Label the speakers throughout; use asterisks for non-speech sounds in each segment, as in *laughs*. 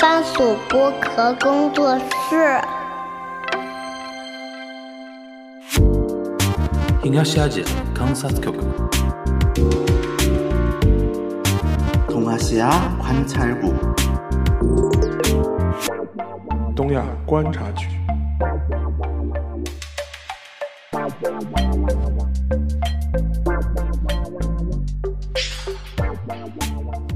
Speaker 1: 番薯剥壳工作室。
Speaker 2: 東アジア観察局
Speaker 3: 동아시아 관찰국
Speaker 4: 东亚观察局。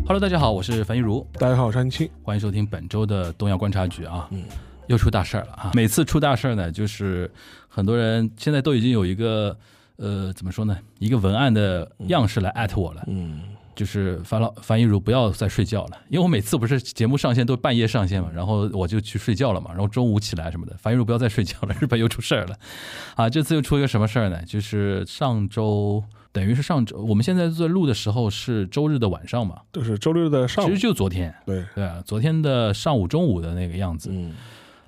Speaker 5: Hello，大家好，我是樊一茹，
Speaker 4: 大家好，我是安青。
Speaker 5: 欢迎收听本周的东亚观察局啊。嗯，又出大事儿了啊！每次出大事儿呢，就是很多人现在都已经有一个呃，怎么说呢，一个文案的样式来艾特我了。嗯，就是樊老樊一茹不要再睡觉了，因为我每次不是节目上线都半夜上线嘛，然后我就去睡觉了嘛，然后中午起来什么的，樊一茹不要再睡觉了，日 *laughs* 本又出事儿了。啊，这次又出一个什么事儿呢？就是上周。等于是上周，我们现在在录的时候是周日的晚上嘛，
Speaker 4: 这是周六的上
Speaker 5: 其
Speaker 4: 午
Speaker 5: 实，就昨天，
Speaker 4: 对，
Speaker 5: 对啊，昨天的上午、中午的那个样子，
Speaker 4: 嗯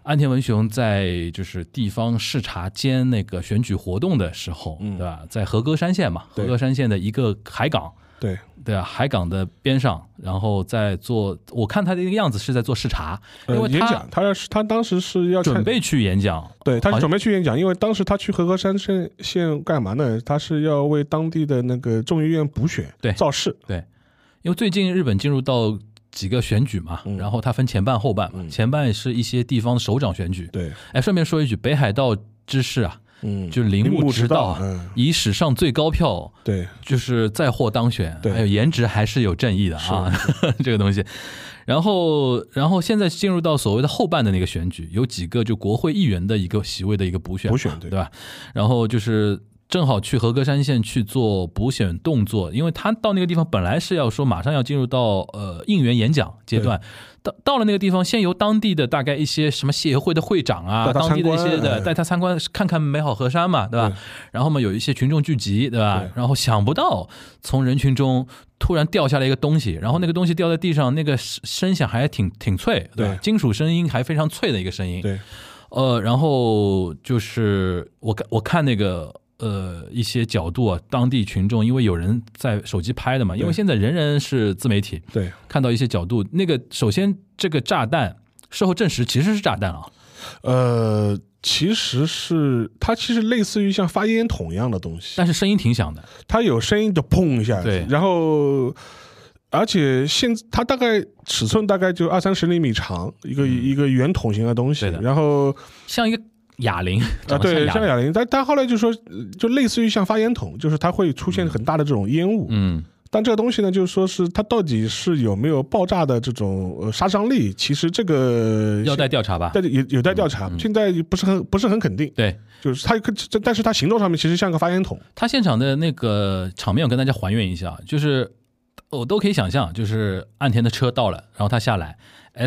Speaker 5: 安田文雄在就是地方视察兼那个选举活动的时候，对吧？在和歌山县嘛，和
Speaker 4: 嗯对
Speaker 5: 歌山县的一个海港，
Speaker 4: 对，
Speaker 5: 对啊，海港的边上，然后在做，我看他的那个样子是在做视察，因
Speaker 4: 呃
Speaker 5: 为
Speaker 4: 演
Speaker 5: 他
Speaker 4: 讲，他要是他当时是要
Speaker 5: 准
Speaker 4: 参，
Speaker 5: 备去演讲，
Speaker 4: 对，他
Speaker 5: 好
Speaker 4: 是
Speaker 5: 像
Speaker 4: 准备去演讲，因为当时他去和歌山县县干嘛呢？他是要为当地的那个众议院补选
Speaker 5: 对
Speaker 4: 造势，
Speaker 5: 因为最近日本进入到。几个选举嘛，
Speaker 4: 嗯
Speaker 5: 然后它分前半后半嘛，前半是一些地方首长选举。
Speaker 4: 对，
Speaker 5: 哎，顺便说一句，北海道知事啊，
Speaker 4: 嗯
Speaker 5: 就是铃木直道啊，
Speaker 4: 嗯，
Speaker 5: 以史上最高票
Speaker 4: 对，
Speaker 5: 就是再获当选，
Speaker 4: 对
Speaker 5: 还有颜值还是有正义的啊， *laughs* 这个东西。然后，然后现在进入到所谓的后半的那个选举，有几个就国会议员的一个席位的一个补选嘛，
Speaker 4: 补选对
Speaker 5: 对吧？然后就是正好去和歌山县去做补选动作，因为他到那个地方本来是要说马上要进入到呃应援演讲阶段。到到了那个地方，先由当地的大概一些什么协会的会长啊，
Speaker 4: 带他
Speaker 5: 当地的一
Speaker 4: 参观
Speaker 5: 些的
Speaker 4: 哎
Speaker 5: 带他参观看看美好河山嘛，对吧？然后嘛，有一些群众聚集，对吧
Speaker 4: 对？
Speaker 5: 然后想不到从人群中突然掉下来一个东西，然后那个东西掉在地上，那个声声响还挺挺脆，对吧？
Speaker 4: 对
Speaker 5: 金属声音还非常脆的一个声音。
Speaker 4: 对，
Speaker 5: 呃，然后就是我看我看那个呃一些角度啊，当地群众因为有人在手机拍的嘛，因为
Speaker 4: 对
Speaker 5: 现在人人是自媒体，
Speaker 4: 对，
Speaker 5: 看到一些角度，那个首先这个炸弹。事后证实其实是炸弹啊，
Speaker 4: 呃，其实是它其实类似于像发烟筒一样的东西，
Speaker 5: 但是声音挺响的，
Speaker 4: 它有声音就砰一下，
Speaker 5: 对
Speaker 4: 然后而且现它大概尺寸大概就二三十厘米长，一个、一个圆筒形的东西
Speaker 5: 嗯对，的
Speaker 4: 然后
Speaker 5: 像一个哑铃
Speaker 4: 啊
Speaker 5: 长得
Speaker 4: 对，
Speaker 5: 像
Speaker 4: 像
Speaker 5: 铃，
Speaker 4: 哑铃，但但后来就说呃就类似于像发烟筒，就是它会出现很大的这种烟雾，
Speaker 5: 嗯，
Speaker 4: 但这个东西呢，就是说是它到底是有没有爆炸的这种呃杀伤力，其实这个
Speaker 5: 要待调查嗯吧？
Speaker 4: 但有有待调查，现在不是很不是很肯定，
Speaker 5: 对
Speaker 4: 就是它可这但是它行动上面其实像个发烟筒，
Speaker 5: 他现场的那个场面，我跟大家还原一下，就是我都可以想象，就是岸田的车到了，然后他下来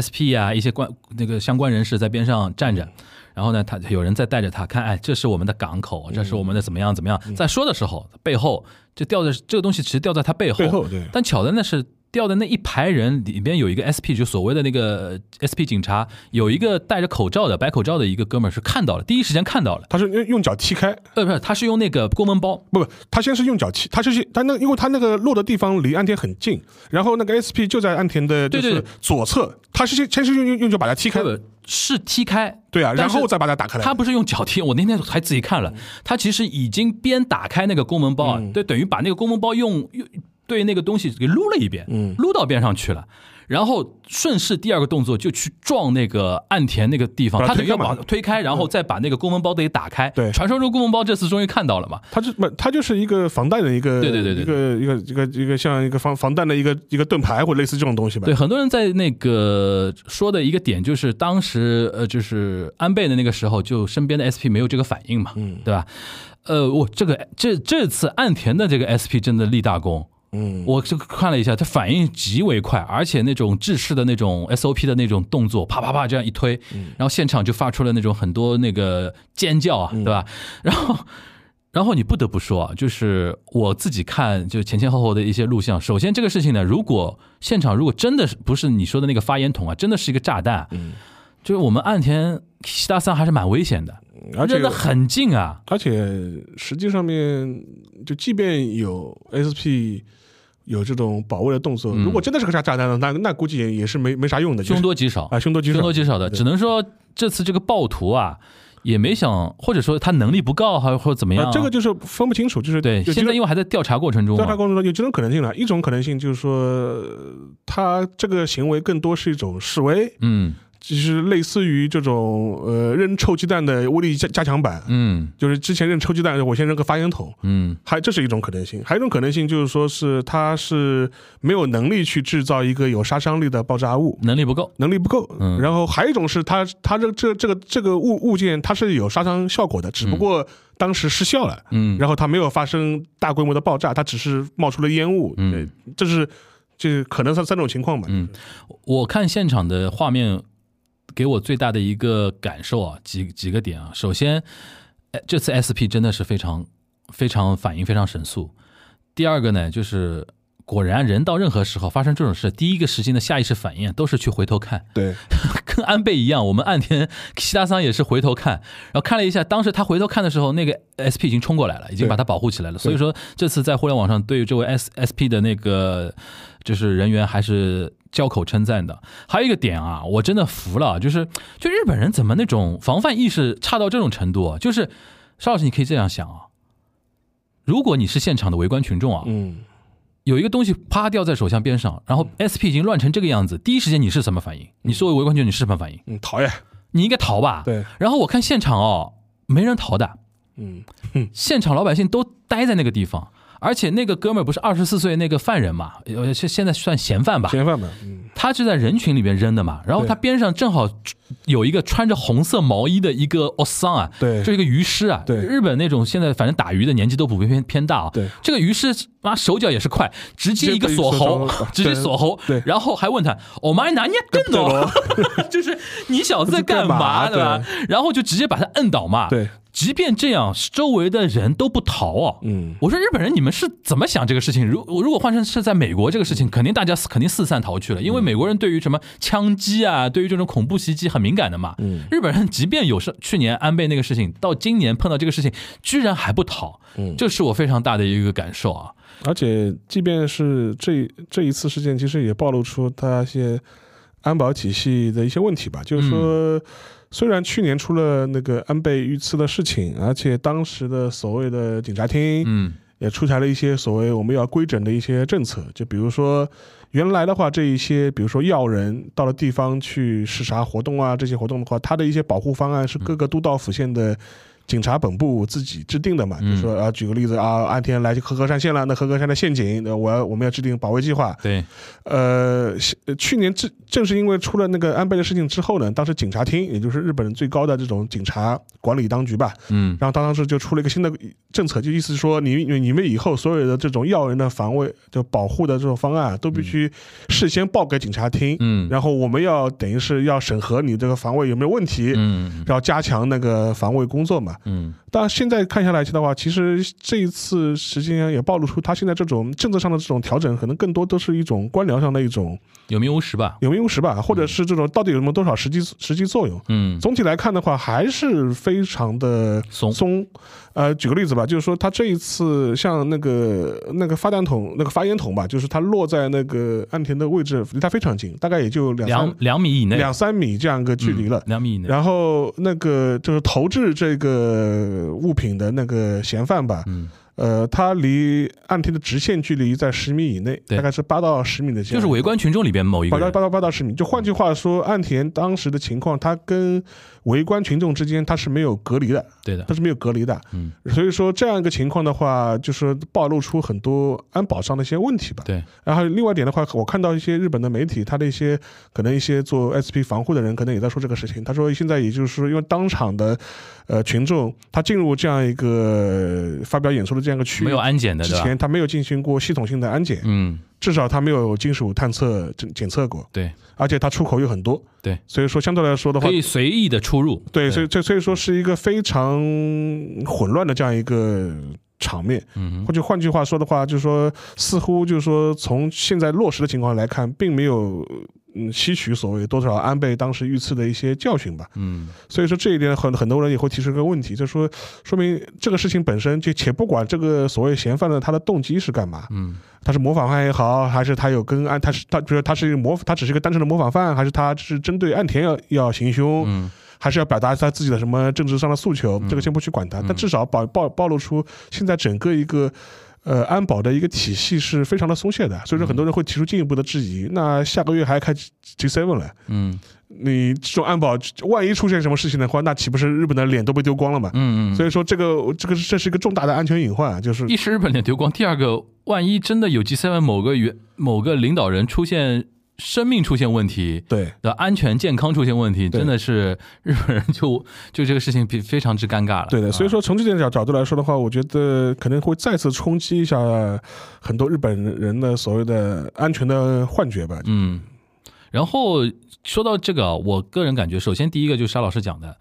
Speaker 5: ，SP 啊一些关那个相关人士在边上站
Speaker 4: 嗯
Speaker 5: 着，然后呢，他有人在带着他看，哎，这是我们的港口，
Speaker 4: 嗯
Speaker 5: 这是我们的怎么样怎么样，在说的时候，背后就掉在这个东西，其实掉在他背后，
Speaker 4: 背后对
Speaker 5: 但巧的呢是。掉的那一排人里边有一个 SP，就所谓的那个呃 SP 警察，有一个戴着口罩的白口罩的一个哥们儿是看到了，第一时间看到了，
Speaker 4: 它是用用脚踢开，
Speaker 5: 呃，不是，他是用那个公文包，
Speaker 4: 不不，他先是用脚踢，他是先他那因为他那个落的地方离岸田很近，然后那个 SP 就在岸田的就
Speaker 5: 对对
Speaker 4: 是
Speaker 5: 对
Speaker 4: 左侧，他是先先是用用用脚把它踢开，
Speaker 5: 不是踢开，
Speaker 4: 对啊，
Speaker 5: 但
Speaker 4: 然
Speaker 5: 是
Speaker 4: 后再把它打开来。嗯
Speaker 5: 他不是用脚踢，我那天还仔细看了，他其实已经边打开那个公文包啊，对，等于把那个公文包用用对那个东西给撸了一遍，
Speaker 4: 嗯
Speaker 5: 撸到边上去了。然后顺势第二个动作就去撞那个岸田那个地方，
Speaker 4: 把它
Speaker 5: 他等于要
Speaker 4: 推开
Speaker 5: 把
Speaker 4: 嘛
Speaker 5: 推开，然后再把那个公文包得打开。
Speaker 4: 对
Speaker 5: 传说中公文包这次终于看到了嘛？
Speaker 4: 它就不，它就是一个防弹的一个，
Speaker 5: 对对对对
Speaker 4: 一个一个一个一个像一个防防弹的一个一个盾牌或类似这种东西吧。
Speaker 5: 对，很多人在那个说的一个点就是，当时呃，就是安倍的那个时候，就身边的 SP 没有这个反应嘛，嗯，对吧？呃，我这个这这次岸田的这个 SP 真的立大功。嗯，我这个看了一下，他反应极为快，而且那种制式的那种 SOP 的那种动作，啪啪啪这样一推，然后现场就发出了那种很多那个尖叫啊，对吧？然后然后你不得不说啊，就是我自己看，就前前后后的一些录像。首先，这个事情呢，如果现场如果真的是不是你说的那个发烟筒啊，真的是一个炸弹，嗯，就是我们岸田西大三还是蛮危险的，
Speaker 4: 而且
Speaker 5: 扔得很近啊，
Speaker 4: 而且实际上面，就即便有 SP 有这种保卫的动作。如果真的是个炸炸弹呢，那那估计也也是没没啥用的，就是
Speaker 5: 嗯凶多吉少
Speaker 4: 啊，凶多吉少，
Speaker 5: 凶多吉少的，只能说这次这个暴徒啊，也没想，或者说他能力不够，还或者怎么样、
Speaker 4: 啊，这个就是分不清楚，就是
Speaker 5: 对，
Speaker 4: 有几
Speaker 5: 现在
Speaker 4: 种
Speaker 5: 因为还在调查过程中
Speaker 4: 调查
Speaker 5: 嘛，
Speaker 4: 过程中有几种可能性了，一种可能性就是说，呃他这个行为更多是一种示威，
Speaker 5: 嗯
Speaker 4: 就是类似于这种呃扔臭鸡蛋的威力加加强版，
Speaker 5: 嗯
Speaker 4: 就是之前扔臭鸡蛋，我先扔个发烟筒。
Speaker 5: 嗯
Speaker 4: 还这是一种可能性，还有一种可能性就是说是他是没有能力去制造一个有杀伤力的爆炸物，
Speaker 5: 能力不够，
Speaker 4: 能力不够。
Speaker 5: 嗯
Speaker 4: 然后还有一种是他他这这这个这个物物件它是有杀伤效果的，只不过当时失效了，
Speaker 5: 嗯，
Speaker 4: 然后它没有发生大规模的爆炸，它只是冒出了烟雾。
Speaker 5: 嗯
Speaker 4: 对，这是就是可能三三种情况吧。
Speaker 5: 嗯我看现场的画面，给我最大的一个感受啊，几几个点啊。首先，哎这次 SP 真的是非常非常反应非常神速。第二个呢，就是果然人到任何时候发生这种事，第一个时间的下意识反应啊都是去回头看，
Speaker 4: 对，
Speaker 5: 跟安倍一样，我们岸田西达桑也是回头看，然后看了一下，当时他回头看的时候，那个 SP 已经冲过来了，已经把他保护起来了。所以说，这次在互联网上对于这位 S SP 的那个就是人员还是交口称赞的。还有一个点啊，我真的服了，就是就日本人怎么那种防范意识差到这种程度啊？就是邵老师，你可以这样想啊，如果你是现场的围观群众啊，
Speaker 4: 嗯，
Speaker 5: 有一个东西啪掉在手枪边上，然后 SP 已经乱成这个样子，第一时间你是什么反应？你作为围观群众，你是什么反应？
Speaker 4: 嗯，讨厌。
Speaker 5: 你应该逃吧？。
Speaker 4: 对，
Speaker 5: 然后我看现场哦，没人逃的，
Speaker 4: 嗯，
Speaker 5: 现场老百姓都待在那个地方，而且那个哥们儿不是二十四岁那个犯人嘛，呃，现现在算嫌犯吧，
Speaker 4: 嫌犯们，嗯，
Speaker 5: 他就在人群里面扔的嘛，然后
Speaker 4: 对
Speaker 5: 他边上正好有一个穿着红色毛衣的一个奥桑啊，
Speaker 4: 对
Speaker 5: 就一个鱼师啊，
Speaker 4: 对
Speaker 5: 日本那种现在反正打鱼的年纪都普遍偏偏大啊，
Speaker 4: 对
Speaker 5: 这个鱼师妈手脚也是快，直接一个
Speaker 4: 直接
Speaker 5: 锁喉
Speaker 4: 对，
Speaker 5: *laughs* 直接锁喉，
Speaker 4: 对
Speaker 5: 然后还问他，我妈拿捏更多， *laughs* 就是你小子在干嘛
Speaker 4: 这
Speaker 5: 对
Speaker 4: 干
Speaker 5: 吧
Speaker 4: 嘛？
Speaker 5: 然后就直接把他摁倒嘛，
Speaker 4: 对。
Speaker 5: 即便这样，周围的人都不逃哦。
Speaker 4: 嗯
Speaker 5: 我说日本人你们是怎么想这个事情？如如果换成是在美国这个事情，肯定大家肯定四散逃去了，
Speaker 4: 嗯
Speaker 5: 因为美国人对于什么枪击啊，对于这种恐怖袭击很敏感的嘛。
Speaker 4: 嗯
Speaker 5: 日本人即便有是去年安倍那个事情，到今年碰到这个事情，居然还不逃，
Speaker 4: 嗯，
Speaker 5: 这是我非常大的一个感受啊。
Speaker 4: 而且，即便是这这一次事件，其实也暴露出它一些安保体系的一些问题吧。就是说，虽然去年出了那个安倍遇刺的事情，而且当时的所谓的警察厅
Speaker 5: 嗯
Speaker 4: 也出台了一些所谓我们要规整的一些政策，就比如说原来的话，这一些比如说要人到了地方去视察活动啊，这些活动的话，它的一些保护方案是各个都道府县的。警察本部自己制定的嘛，就说啊，举个例子啊，安天来和歌山县了，那和歌山的县警，那我要我们要制定保卫计划。
Speaker 5: 对，
Speaker 4: 呃，是呃去年正正是因为出了那个安倍的事情之后呢，当时警察厅，也就是日本最高的这种警察管理当局吧，
Speaker 5: 嗯
Speaker 4: 然后他当时就出了一个新的政策，就意思是说你你你们以后所有的这种要人的防卫就保护的这种方案啊都必须事先报给警察厅，
Speaker 5: 嗯
Speaker 4: 然后我们要等于是要审核你这个防卫有没有问题，
Speaker 5: 嗯
Speaker 4: 然后加强那个防卫工作嘛。
Speaker 5: 嗯
Speaker 4: 但现在看下来的话，其实这一次实际上也暴露出他现在这种政策上的这种调整，可能更多都是一种官僚上的一种
Speaker 5: 有名无实吧。
Speaker 4: 有没有实吧，或者是这种到底有没有多少实际实际作用。
Speaker 5: 嗯
Speaker 4: 总体来看的话，还是非常的
Speaker 5: 松
Speaker 4: 松。呃，举个例子吧，就是说他这一次像那个那个发弹筒、那个发烟筒吧，就是它落在那个岸田的位置，离他非常近，大概也就两
Speaker 5: 两
Speaker 4: 三
Speaker 5: 两米以内，
Speaker 4: 两三米这样一个距离了。
Speaker 5: 嗯两米以内。
Speaker 4: 然后那个就是投掷这个物品的那个嫌犯吧，
Speaker 5: 嗯，
Speaker 4: 呃，他离岸田的直线距离在十米以内，
Speaker 5: 对
Speaker 4: 大概是八到十米的这
Speaker 5: 就
Speaker 4: 样
Speaker 5: 是围观群众里边某一个
Speaker 4: 八到
Speaker 5: 人
Speaker 4: 八到八到十米。就换句话说，岸田当时的情况，他跟围观群众之间他是没有隔离的，
Speaker 5: 对的
Speaker 4: 他，是没有隔离的。
Speaker 5: 嗯，
Speaker 4: 所以说这样一个情况的话，就是暴露出很多安保上的一些问题吧。
Speaker 5: 对，
Speaker 4: 然后另外一点的话，我看到一些日本的媒体，他的一些可能一些做 SP 防护的人，可能也在说这个事情。他说现在也就是说因为当场的呃群众，他进入这样一个呃发表演说的这样一个区域
Speaker 5: 没有安检的，
Speaker 4: 之
Speaker 5: 对吧？
Speaker 4: 前，他没有进行过系统性的安检，
Speaker 5: 嗯，
Speaker 4: 至少他没有金属探测检检测过，
Speaker 5: 对，
Speaker 4: 而且他出口有很多，
Speaker 5: 对，
Speaker 4: 所以说相对来说的话
Speaker 5: 可，以随意的出入。
Speaker 4: 对，所以这所以说是一个非常混乱的这样一个场面。
Speaker 5: 嗯
Speaker 4: 或者换句话说的话，就是说，似乎就是说，从现在落实的情况来看，并没有嗯，吸取所谓多少安倍当时遇刺的一些教训吧。
Speaker 5: 嗯
Speaker 4: 所以说这一点很很多人也会提出一个问题，就是说说明这个事情本身就且不管这个所谓嫌犯的他的动机是干嘛，
Speaker 5: 嗯
Speaker 4: 他是模仿犯也好，还是他有跟安他是他，比如说他是一个模他只是一个单纯的模仿犯，还是他是针对岸田要要行凶，
Speaker 5: 嗯
Speaker 4: 还是要表达他自己的什么政治上的诉求，这个先不去管
Speaker 5: 嗯
Speaker 4: 他，但至少暴暴暴露出现在整个一个。呃，安保的一个体系是非常的松懈的，所以说
Speaker 5: 嗯
Speaker 4: 很多人会提出进一步的质疑。那下个月还开 G seven 了，
Speaker 5: 嗯
Speaker 4: 你这种安保万一出现什么事情的话，那岂不是日本的脸都被丢光了嘛？
Speaker 5: 嗯
Speaker 4: 所
Speaker 5: 以
Speaker 4: 以说这个这个这是一个重大的安全隐患，就是
Speaker 5: 一是日本脸丢光，第二个，万一真的有 G7 某个原某个领导人出现生命出现问题。
Speaker 4: 对。
Speaker 5: 的安全健康出现问题，
Speaker 4: 对
Speaker 5: 真的是日本人就就这个事情非非常之尴尬了。
Speaker 4: 对的，所以
Speaker 5: 啊
Speaker 4: 说从这点角角度来说的话，我觉得可能会再次冲击一下很多日本人的所谓的安全的幻觉吧。
Speaker 5: 嗯，然后说到这个啊，我个人感觉，首先第一个就是沙老师讲的，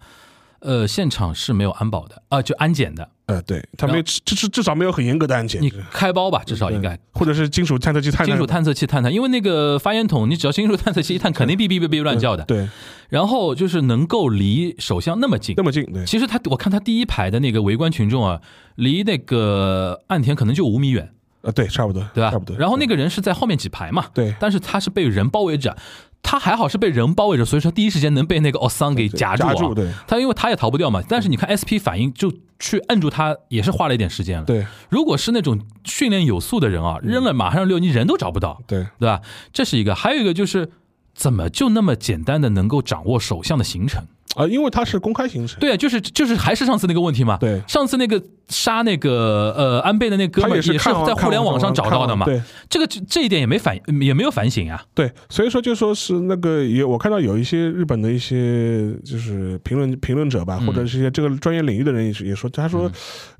Speaker 5: 呃，现场是没有安保的啊、就安检的，
Speaker 4: 呃，对他
Speaker 5: 然
Speaker 4: 没
Speaker 5: 后
Speaker 4: 至至至少没有很严格的安检，
Speaker 5: 你开包吧，至少
Speaker 4: 对
Speaker 5: 应该。
Speaker 4: 或者是金属探测器探
Speaker 5: 金属探测器探探，因为那个发烟筒，你只要金属探测器一探，肯定哔哔哔哔乱叫的。
Speaker 4: 对，
Speaker 5: 然后就是能够离首相那么近
Speaker 4: 那，么近，对，
Speaker 5: 其实他我看他第一排的那个围观群众啊，离那个岸田可能就五米远，
Speaker 4: 呃，对，差不多，
Speaker 5: 对吧？
Speaker 4: 差不多。
Speaker 5: 然后那个人是在后面几排嘛，
Speaker 4: 对
Speaker 5: 但是他是被人包围着，他还好是被人包围着，所以说第一时间能被那个奥桑给夹住、啊，
Speaker 4: 夹住对
Speaker 5: 他因为他也逃不掉嘛。但是你看 SP 反应就去摁住他，也是花了一点时间了。，
Speaker 4: 对嗯
Speaker 5: 如果是那种训练有素的人啊，扔了马上溜，你人都找不到，
Speaker 4: 对
Speaker 5: 对吧？这是一个，还有一个就是。怎么就那么简单的能够掌握首相的行程？
Speaker 4: 啊，因为它是公开行程，
Speaker 5: 对啊，就是就是还是上次那个问题嘛。
Speaker 4: 对
Speaker 5: 上次那个杀那个呃安倍的那哥
Speaker 4: 他
Speaker 5: 们儿
Speaker 4: 是
Speaker 5: 也是
Speaker 4: 看完
Speaker 5: 在互联网上找到的嘛。
Speaker 4: 看完对
Speaker 5: 这个这这一点也没反也没有反省啊。
Speaker 4: 对，所以说就说是那个也，我看到有一些日本的一些就是评论评论者吧，或
Speaker 5: 嗯
Speaker 4: 者是一些这个专业领域的人也是也说，他说，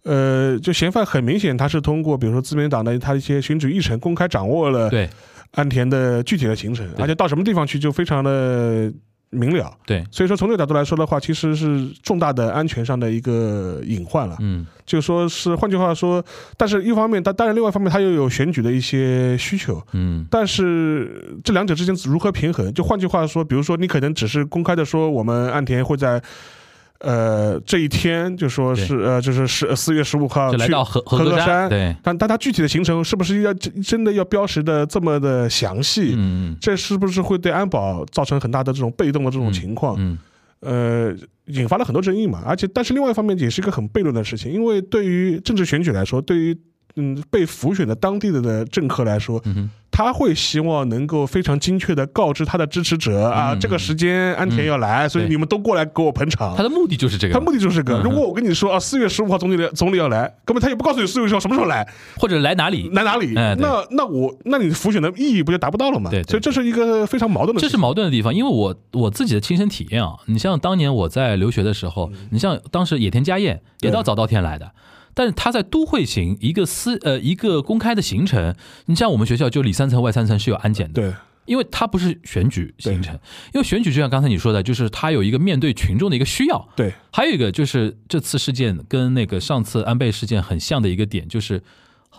Speaker 5: 嗯
Speaker 4: 呃，就嫌犯很明显他是通过比如说自民党的他一些选举议程公开掌握了
Speaker 5: 对
Speaker 4: 安田的具体的行程，而且到什么地方去就非常的明了。
Speaker 5: 对，
Speaker 4: 所以说，从这个角度来说的话，其实是重大的安全上的一个隐患了。
Speaker 5: 嗯
Speaker 4: 就说是，换句话说，但是一方面，但当然，另外一方面，它又有选举的一些需求。
Speaker 5: 嗯
Speaker 4: 但是这两者之间如何平衡？就换句话说，比如说你可能只是公开的说，我们岸田会在呃这一天，就说是呃就是十四月十五号
Speaker 5: 就来
Speaker 4: 啊去
Speaker 5: 到和
Speaker 4: 合
Speaker 5: 歌
Speaker 4: 山，
Speaker 5: 对，
Speaker 4: 但但它具体的行程是不是要真真的要标识的这么的详细？
Speaker 5: 嗯
Speaker 4: 这是不是会对安保造成很大的这种被动的这种
Speaker 5: 嗯
Speaker 4: 情况？
Speaker 5: 嗯
Speaker 4: 呃，引发了很多争议嘛。而且，但是另外一方面也是一个很悖论的事情，因为对于政治选举来说，对于嗯被浮选的当地的的政客来说，
Speaker 5: 嗯哼
Speaker 4: 他会希望能够非常精确的告知他的支持者啊，
Speaker 5: 嗯
Speaker 4: 这个时间安田要来，所以
Speaker 5: 对
Speaker 4: 你们都过来给我捧场
Speaker 5: 他。的目的就是这个
Speaker 4: 他，目的就是这个。
Speaker 5: 嗯哼
Speaker 4: 如果我跟你说啊，四月十五号总理总理要来，根本他也不告诉你四月十号什么时候来，
Speaker 5: 或者来哪里，
Speaker 4: 来哪里。
Speaker 5: 嗯哎对
Speaker 4: 那那我那你浮选的意义不就达不到了嘛？
Speaker 5: 对对
Speaker 4: 所以这是一个非常矛盾的事
Speaker 5: 这
Speaker 4: 情。
Speaker 5: 是矛盾的地方。因为我我自己的亲身体验啊，你像当年我在留学的时候，
Speaker 4: 嗯
Speaker 5: 你像当时野田佳彦也到早稻田来的。但是他在都会行一个私呃一个公开的行程，你像我们学校就里三层外三层是有安检的，
Speaker 4: 对
Speaker 5: 因为它不是选举形成，因为选举就像刚才你说的，就是它有一个面对群众的一个需要。
Speaker 4: 对，
Speaker 5: 还有一个就是这次事件跟那个上次安倍事件很像的一个点，就是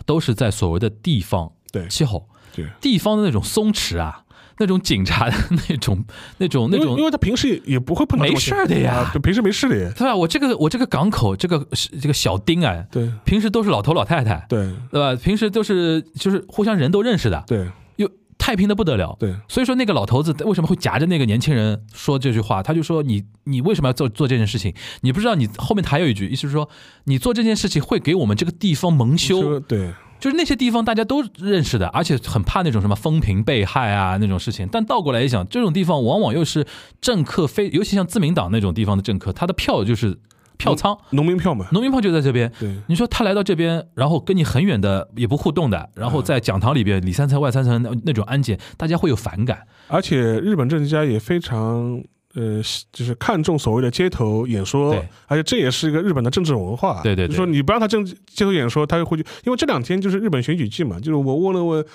Speaker 5: 都是在所谓的地方
Speaker 4: 对
Speaker 5: 气候，
Speaker 4: 对，
Speaker 5: 地方的那种松弛啊，那种警察的那种那种那
Speaker 4: 因为因
Speaker 5: 种，
Speaker 4: 为他平时也也不会碰到这种
Speaker 5: 没事儿的呀
Speaker 4: 情况啊对，平时没事的呀。
Speaker 5: 对吧？我这个我这个港口这个这个小丁啊，
Speaker 4: 对
Speaker 5: 平时都是老头老太太，
Speaker 4: 对
Speaker 5: 对吧？平时都是就是互相人都认识的，
Speaker 4: 对
Speaker 5: 又太平的不得了，
Speaker 4: 对
Speaker 5: 所以说那个老头子为什么会夹着那个年轻人说这句话？他就说你你为什么要做做这件事情？你不知道你后面还有一句，意思是说你做这件事情会给我们这个地方蒙
Speaker 4: 说
Speaker 5: 羞，
Speaker 4: 对
Speaker 5: 就是那些地方大家都认识的，而且很怕那种什么风评被害啊那种事情。但倒过来一想，这种地方往往又是政客非，尤其像自民党那种地方的政客，他的票就是票仓，
Speaker 4: 农民票嘛，
Speaker 5: 农民票就在这边。
Speaker 4: 对
Speaker 5: 你说他来到这边，然后跟你很远的也不互动的，然
Speaker 4: 嗯
Speaker 5: 后在讲堂里边里三层外三层那那种安检，大家会有反感。
Speaker 4: 而且日本政治家也非常呃，就是看重所谓的街头演说
Speaker 5: 对，
Speaker 4: 而且这也是一个日本的政治文化。
Speaker 5: 对对
Speaker 4: 就
Speaker 5: 对
Speaker 4: 说你不让他政街头演说，他就会去，因为这两天就是日本选举季嘛，就是我问了问。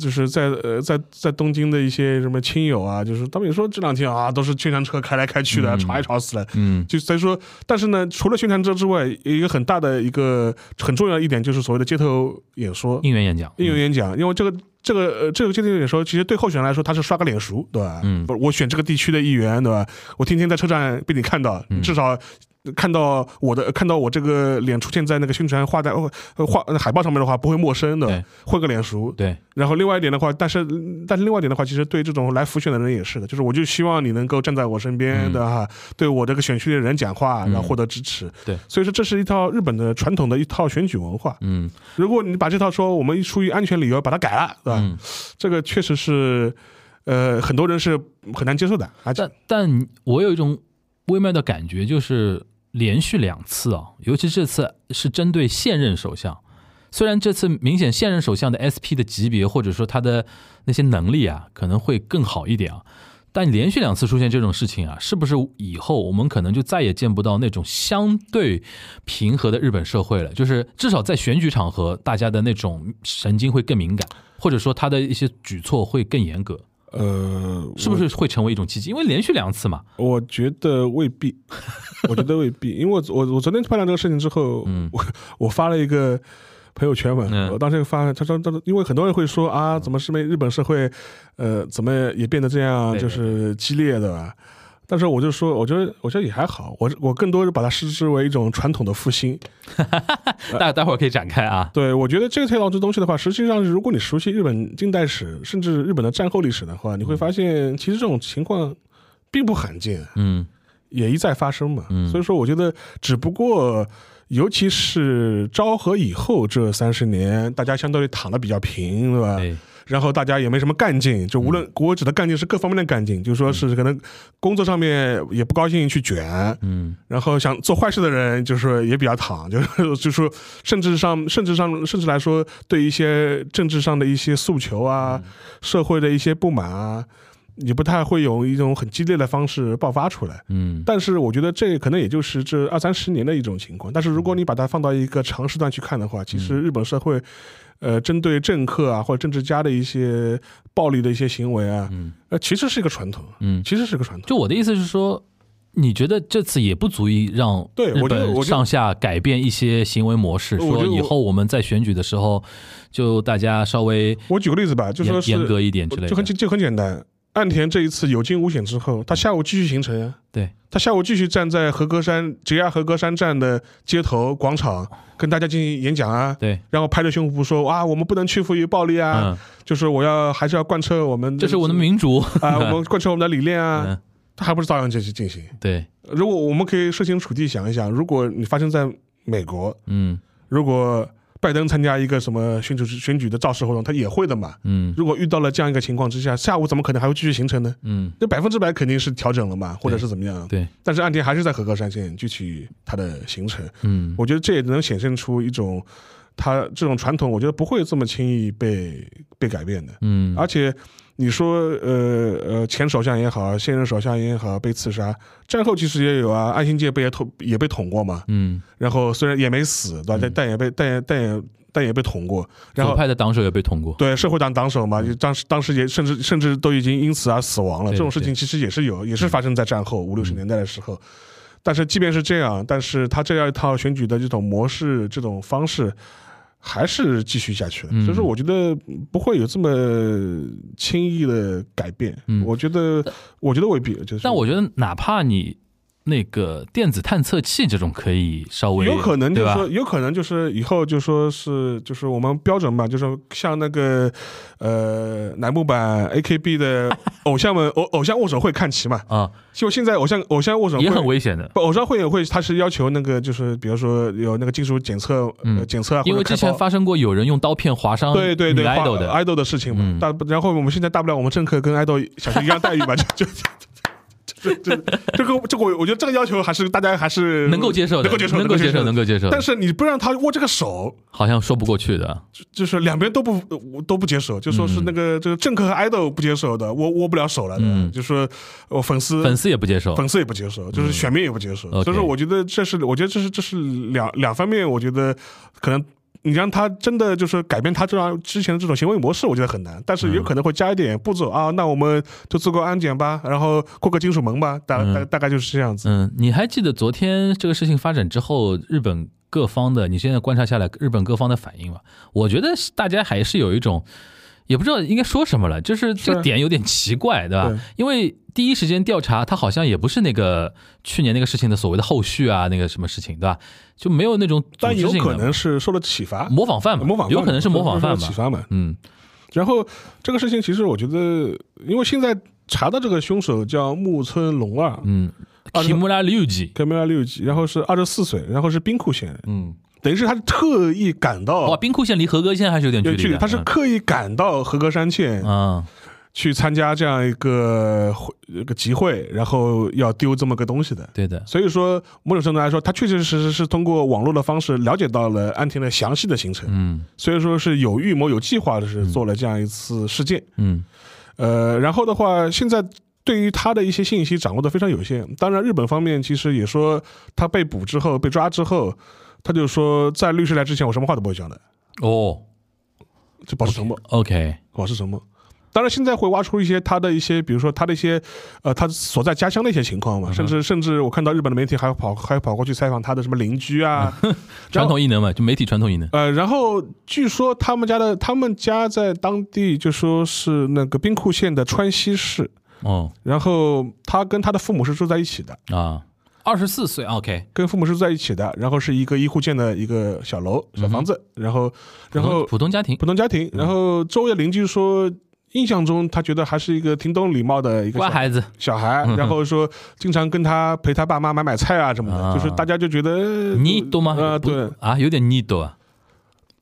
Speaker 4: 就是在呃在在东京的一些什么亲友啊，就是他们也说这两天啊都是宣传车开来开去的，吵也吵死了。
Speaker 5: 嗯
Speaker 4: 就所以说，但是呢，除了宣传车之外，一个很大的一个很重要的一点就是所谓的街头演说、
Speaker 5: 应援演讲，嗯
Speaker 4: 应援演讲，因为这个。这个呃，这个街头演说，其实对候选人来说，他是刷个脸熟，对吧？
Speaker 5: 嗯
Speaker 4: 不是我选这个地区的议员，对吧？我天天在车站被你看到，
Speaker 5: 嗯
Speaker 4: 至少看到我的看到我这个脸出现在那个宣传画在呃画海报上面的话，不会陌生的
Speaker 5: 对，
Speaker 4: 会个脸熟，
Speaker 5: 对，
Speaker 4: 然后另外一点的话，但是但是另外一点的话，其实对这种来浮选的人也是的，就是我就希望你能够站在我身边
Speaker 5: 嗯
Speaker 4: 的哈，对我这个选区的人讲话，然后获得支持。
Speaker 5: 对
Speaker 4: 所以说这是一套日本的传统的一套选举文化。
Speaker 5: 嗯
Speaker 4: 如果你把这套说我们出于安全理由把它改了，对吧？
Speaker 5: 嗯，
Speaker 4: 这个确实是，呃，很多人是很难接受的，而且
Speaker 5: 但但我有一种微妙的感觉，就是连续两次啊，尤其这次是针对现任首相。虽然这次明显现任首相的 SP 的级别或者说他的那些能力啊，可能会更好一点啊，但连续两次出现这种事情啊，是不是以后我们可能就再也见不到那种相对平和的日本社会了？就是至少在选举场合，大家的那种神经会更敏感，或者说他的一些举措会更严格。
Speaker 4: 呃，
Speaker 5: 是不
Speaker 4: 我
Speaker 5: 是会成为一种契机？因为连续两次嘛，
Speaker 4: 我觉得未必， *laughs* 我觉得未必，因为我我我昨天判断这个事情之后，
Speaker 5: 嗯
Speaker 4: 我我发了一个朋友圈嘛，
Speaker 5: 嗯
Speaker 4: 我当时发，他说他说，因为很多人会说啊，怎么是没日本社会，呃，怎么也变得这样，
Speaker 5: 对
Speaker 4: 就是激烈的吧。但是我就说，我觉得我觉得也还好，我我更多是把它视之为一种传统的复兴。
Speaker 5: 大待会儿可以展开啊。
Speaker 4: 对我觉得这套这东西的话，实际上如果你熟悉日本近代史，甚至日本的战后历史的话，你会发现其实这种情况并不罕见。
Speaker 5: 嗯
Speaker 4: 也一再发生嘛。
Speaker 5: 嗯
Speaker 4: 所以说，我觉得只不过，尤其是昭和以后这三十年，大家相对躺的比较平，对吧？
Speaker 5: 对，
Speaker 4: 然后大家也没什么干劲，就无论我指的干劲是各方面的干劲，就是说是可能工作上面也不高兴去卷，
Speaker 5: 嗯
Speaker 4: 然后想做坏事的人就是也比较躺，就是就是说甚至上甚至上甚至来说，对一些政治上的一些诉求啊，社会的一些不满啊，也不太会有一种很激烈的方式爆发出来。
Speaker 5: 嗯，
Speaker 4: 但是我觉得这可能也就是这二三十年的一种情况。但是如果你把它放到一个长时段去看的话，其
Speaker 5: 嗯
Speaker 4: 实日本社会，呃，针对政客啊或者政治家的一些暴力的一些行为啊，
Speaker 5: 嗯
Speaker 4: 呃，其实是一个传统，
Speaker 5: 嗯
Speaker 4: 其实是个传统。
Speaker 5: 就我的意思是说，你觉得这次也不足以让
Speaker 4: 对
Speaker 5: 日
Speaker 4: 我觉得
Speaker 5: 本
Speaker 4: 我觉得
Speaker 5: 上下改变一些行为模式，
Speaker 4: 我觉
Speaker 5: 说
Speaker 4: 得
Speaker 5: 以
Speaker 4: 我
Speaker 5: 后我们在选举的时候，就大家稍微
Speaker 4: 我举个例子吧，就
Speaker 5: 严
Speaker 4: 说是
Speaker 5: 严格一点之类
Speaker 4: 就很
Speaker 5: 的。
Speaker 4: 简就很简单。岸田这一次有惊无险之后，他下午继续行程啊，
Speaker 5: 对，
Speaker 4: 他下午继续站在和歌山杰压和歌山站的街头广场跟大家进行演讲啊，
Speaker 5: 对，
Speaker 4: 然后拍着胸脯说啊，我们不能屈服于暴力啊，
Speaker 5: 嗯，
Speaker 4: 就是我要还是要贯彻我们，
Speaker 5: 这是我的民
Speaker 4: *laughs*
Speaker 5: 主。 *laughs*
Speaker 4: 啊，我们贯彻我们的理念啊
Speaker 5: 嗯，，
Speaker 4: 它还不是照样进行进行？
Speaker 5: 对，
Speaker 4: 如果我们可以设身处地想一想，如果你发生在美国，
Speaker 5: 嗯
Speaker 4: 如果拜登参加一个什么选举选举的造势活动，他也会的嘛。
Speaker 5: 嗯
Speaker 4: 如果遇到了这样一个情况之下，下午怎么可能还会继续形成呢？
Speaker 5: 嗯，
Speaker 4: 那百分之百肯定是调整了嘛，或者是怎么样？
Speaker 5: 对，
Speaker 4: 但是岸田还是在和歌山县继续他的行程，
Speaker 5: 嗯
Speaker 4: 我觉得这也能显现出一种他这种传统，我觉得不会这么轻易被被改变的。
Speaker 5: 嗯，
Speaker 4: 而且你说，呃呃，前首相也好，现任首相也好，被刺杀，战后其实也有啊，安信介不也捅也被捅过嘛？
Speaker 5: 嗯，
Speaker 4: 然后虽然也没死，对吧？但但也被但也但也但也被捅过，然
Speaker 5: 左
Speaker 4: 后。
Speaker 5: 派的党首也被捅过。嗯
Speaker 4: 对社会党党首嘛，就当时当时也甚至甚至都已经因此而死亡了。
Speaker 5: 对嗯
Speaker 4: 这种事情其实也是有，也是发生在战后五六十年代的时候。但是即便是这样，但是他这样一套选举的这种模式、这种方式，还是继续下去了。
Speaker 5: 嗯
Speaker 4: 所以说，我觉得不会有这么轻易的改变。
Speaker 5: 嗯
Speaker 4: 我觉得，我觉得未必。就是，
Speaker 5: 但我觉得，哪怕你那个电子探测器这种可以稍微
Speaker 4: 有可能就
Speaker 5: 对
Speaker 4: 是
Speaker 5: 吧
Speaker 4: 说，有可能就是以后就说是就是我们标准嘛，就是像那个呃乃木坂 AKB 的偶像们偶偶像握手会看齐嘛，
Speaker 5: 啊、
Speaker 4: 就现在偶像偶像握手会
Speaker 5: 也很危险的，
Speaker 4: 不偶像会也会，他是要求那个就是比如说有那个技术检测、
Speaker 5: 嗯
Speaker 4: 呃检测啊，
Speaker 5: 因为
Speaker 4: 或者
Speaker 5: 之
Speaker 4: 开
Speaker 5: 前
Speaker 4: 包
Speaker 5: 发生过有人用刀片划伤
Speaker 4: 对对对
Speaker 5: 女 idol
Speaker 4: 花
Speaker 5: 的，
Speaker 4: idol 的事情嘛，
Speaker 5: 嗯
Speaker 4: 大然后我们现在大不了我们政客跟 idol 享受一样待遇嘛，就就。就就就这个这个我我觉得这个要求还是大家还是
Speaker 5: 能够接受的，
Speaker 4: 能够接受
Speaker 5: 能够接
Speaker 4: 的
Speaker 5: 能够接受的，
Speaker 4: 但是你不让他握这个手，
Speaker 5: 好像说不过去的，
Speaker 4: 就是两边都不呃我都不接受，就说是那个这个政客和 idol 不接受的，我握不了手了的，
Speaker 5: 嗯
Speaker 4: 就说我粉丝
Speaker 5: 粉丝也不接受，
Speaker 4: 粉丝也不接受，就是选民也不接受，
Speaker 5: OK
Speaker 4: 所以说我觉得这是我觉得这是这是两两方面，我觉得可能。你让他真的就是改变他这样之前的这种行为模式，我觉得很难。但是有可能会加一点步
Speaker 5: 嗯
Speaker 4: 骤啊，那我们就做个安检吧，然后过个金属门吧，大大大概就是这样子。
Speaker 5: 嗯，你还记得昨天这个事情发展之后，日本各方的，你现在观察下来，日本各方的反应吗？我觉得大家还是有一种，也不知道应该说什么了，就是这个
Speaker 4: 是
Speaker 5: 点有点奇怪，对吧？
Speaker 4: 对
Speaker 5: 因为第一时间调查，它好像也不是那个去年那个事情的所谓的后续啊，那个什么事情，对吧？就没有那种组
Speaker 4: 但
Speaker 5: 织
Speaker 4: 有
Speaker 5: 性
Speaker 4: 可
Speaker 5: 的
Speaker 4: 能是受了启发，
Speaker 5: 模仿犯嘛，
Speaker 4: 模仿犯
Speaker 5: 有可能是模仿犯
Speaker 4: 受
Speaker 5: 嘛
Speaker 4: 了启，发嘛。
Speaker 5: 嗯
Speaker 4: 然后这个事情其实我觉得，因为现在查到这个凶手叫木村龙二，
Speaker 5: 嗯，
Speaker 4: 啊
Speaker 5: 提姆拉六级，
Speaker 4: 开门六级，然后是二十四岁，然后是兵库县人，
Speaker 5: 嗯，
Speaker 4: 等于是他是特意赶
Speaker 5: 哇，
Speaker 4: 到。
Speaker 5: 冰库县离合格县还是有点距
Speaker 4: 哦有
Speaker 5: 离
Speaker 4: 距
Speaker 5: 的，
Speaker 4: 离，他是刻意赶到和歌山县
Speaker 5: 嗯
Speaker 4: 去参加这样一个呃会一个集会，然后要丢这么个东西的。
Speaker 5: 对的，
Speaker 4: 所以说，某种程度来说，他确确实实是通过网络的方式了解到了安田的详细的行程，
Speaker 5: 嗯
Speaker 4: 所以说是有预谋、有计划的是做了这样一次事件。
Speaker 5: 嗯
Speaker 4: 呃，然后的话，现在对于他的一些信息掌握的非常有限。当然，日本方面其实也说，他被捕之后、被抓之后，他就说，在律师来之前，我什么话都不会讲的，
Speaker 5: 哦
Speaker 4: 就保持沉默，
Speaker 5: ，OK，
Speaker 4: 保持沉默。当然，现在会挖出一些他的一些，比如说他的一些，呃，他所在家乡的一些情况
Speaker 5: 嗯
Speaker 4: 嘛，甚至甚至我看到日本的媒体还跑还跑过去采访他的什么邻居
Speaker 5: 嗯
Speaker 4: 啊，
Speaker 5: 传统异能嘛，就媒体传统异能，
Speaker 4: *laughs* 呃，然后据说他们家的他们家在当地就说是那个兵库县的川西市，
Speaker 5: 哦
Speaker 4: 然后他跟他的父母是住在一起的，
Speaker 5: 啊，二十四岁，OK，啊
Speaker 4: 跟父母是住在一起的，然后是一个一户建的一个小楼、小房子，然后然
Speaker 5: 嗯普
Speaker 4: 后
Speaker 5: 通普嗯通家庭
Speaker 4: 普通家庭，然后周围的邻居说，印象中他觉得还是一个挺懂礼貌的一个
Speaker 5: 乖
Speaker 4: 小
Speaker 5: 孩子，
Speaker 4: 小孩，
Speaker 5: 嗯
Speaker 4: 然后说经常跟他陪他爸妈买买菜啊什么
Speaker 5: 啊
Speaker 4: 的，就是大家就觉得呃
Speaker 5: 你多吗？
Speaker 4: 啊，
Speaker 5: 不
Speaker 4: 对，
Speaker 5: 啊，有点你多啊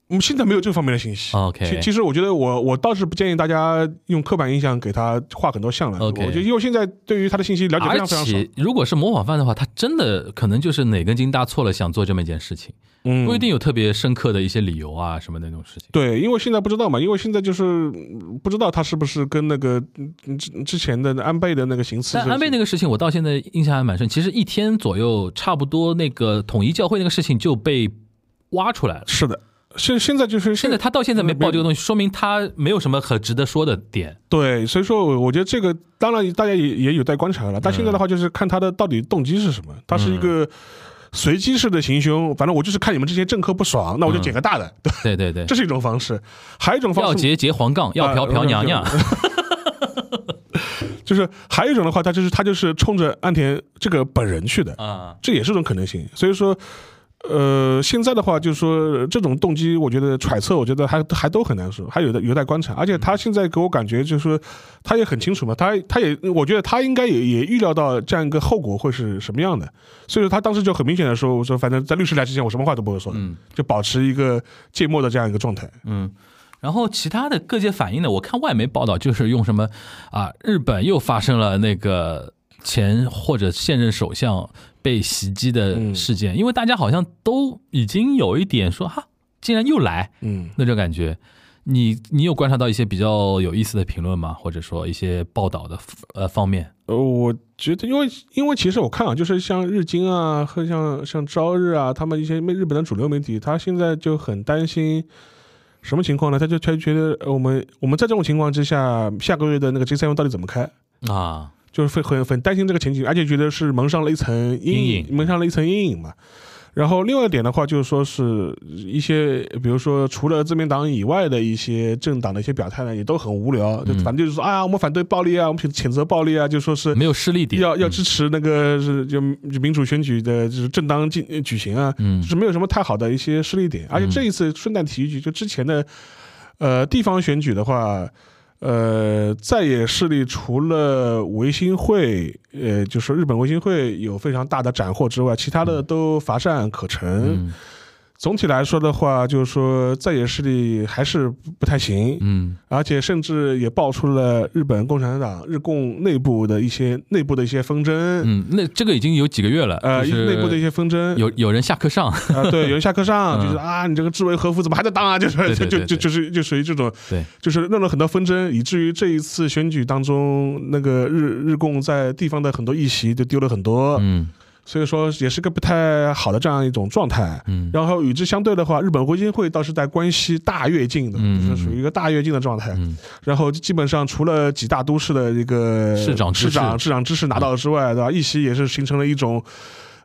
Speaker 4: 我们现在没有这方面的信息。其
Speaker 5: ，OK，
Speaker 4: 其实我觉得我我倒是不建议大家用刻板印象给他画很多像了。
Speaker 5: OK
Speaker 4: 我觉得因为现在对于他的信息了解非
Speaker 5: 而
Speaker 4: 常非常少，
Speaker 5: 且如果是模仿犯的话，他真的可能就是哪根筋搭错了，想做这么一件事情，
Speaker 4: 嗯，
Speaker 5: 不一定有特别深刻的一些理由啊什么的那种事情。
Speaker 4: 对，因为现在不知道嘛，因为现在就是嗯不知道他是不是跟那个嗯之之前的安倍的那个行刺，
Speaker 5: 但安倍那个事情，我到现在印象还蛮深。其实一天左右，差不多那个统一教会那个事情就被挖出来了。
Speaker 4: 是的，现现在就是
Speaker 5: 现在他到现在没报这个东西，说明他没有什么可值得说的点。
Speaker 4: 对，所以说我我觉得这个当然大家也也有待观察了，但现在的话就是看他的到底动机是什么，他是一个。随机式的行凶，反正我就是看你们这些政客不爽，那我就捡个大的，对，
Speaker 5: 对对对
Speaker 4: 这，是一种方式。还有一种方
Speaker 5: 要
Speaker 4: 式，啊
Speaker 5: 结结黄杠，要嫖嫖娘娘。
Speaker 4: 就是还有一种的话，他就是他就是冲着安田这个本人去的，
Speaker 5: 啊，
Speaker 4: 这也是种可能性。所以说，呃，现在的话就是说这种动机，我觉得揣测，我觉得还还都很难说，还有的有待观察。而且他现在给我感觉就是说他也很清楚嘛，他他也我觉得他应该也也预料到这样一个后果会是什么样的，所以说他当时就很明显的说，我说反正在律师来之前，我什么话都不会说的，就保持一个芥末的这样一个状态。
Speaker 5: 然后其他的各界反应呢，我看外媒报道就是用什么啊，日本又发生了那个前或者现任首相被袭击
Speaker 4: 嗯
Speaker 5: 的事件，因为大家好像都已经有一点说哈，竟然又来
Speaker 4: 嗯，
Speaker 5: 那种感觉。你你有观察到一些比较有意思的评论吗？或者说一些报道的呃方面？
Speaker 4: 呃，我觉得，因为因为其实我看啊，就是像日经啊和像像朝日啊，他们一些日本的主流媒体，他现在就很担心什么情况呢？他就他就觉得呃我们我们在这种情况之下，下个月的那个 G 三到底怎么开？
Speaker 5: 啊，
Speaker 4: 就是会很很担心这个情景，而且觉得是蒙上了一层阴
Speaker 5: 阴
Speaker 4: 影，蒙上了一层阴影嘛。然后另外一点的话，就是说是一些，比如说除了自民党以外的一些政党的一些表态呢，也都很无聊，就反正就是说啊，我们反对暴力啊，我们谴谴责暴力啊，就说是
Speaker 5: 没有失力点，嗯
Speaker 4: 要要支持那个是就就民主选举的，就是正当进呃举行啊，
Speaker 5: 嗯
Speaker 4: 就是没有什么太好的一些失利点。而且这一次顺带提一句，就之前的呃地方选举的话，呃在野势力除了维新会，呃就是日本维新会有非常大的斩获之外，其他的都乏善可陈。
Speaker 5: 嗯
Speaker 4: 总体来说的话，就是说在野势力还是不不太行，
Speaker 5: 嗯
Speaker 4: 而且甚至也爆出了日本共产党日共内部的一些内部的一些纷争，
Speaker 5: *laughs* 嗯，那这个已经有几个月了，
Speaker 4: 呃，
Speaker 5: 就是
Speaker 4: 内部的一些纷争，
Speaker 5: 有有人下课上，
Speaker 4: 啊、对，有人下课上，
Speaker 5: 嗯
Speaker 4: 就是啊，你这个志为何夫，怎么还在当啊？就是
Speaker 5: 对对对
Speaker 4: 就
Speaker 5: 对
Speaker 4: 就就是就属于这种，
Speaker 5: *laughs* 对，
Speaker 4: 就是弄了很多纷争，以至于这一次选举当中，那个日日共在地方的很多议席就丢了很多，
Speaker 5: 嗯
Speaker 4: 所以说也是个不太好的这样一种状态。
Speaker 5: 嗯
Speaker 4: 然后与之相对的话，日本国金会倒是在关西大跃进的，
Speaker 5: 嗯
Speaker 4: 就是属于一个大跃进的状态。
Speaker 5: 嗯
Speaker 4: 然后基本上除了几大都市的一个呃
Speaker 5: 市长
Speaker 4: 市
Speaker 5: 知识
Speaker 4: 长市长知识拿到之外，对吧？一席也是形成了一种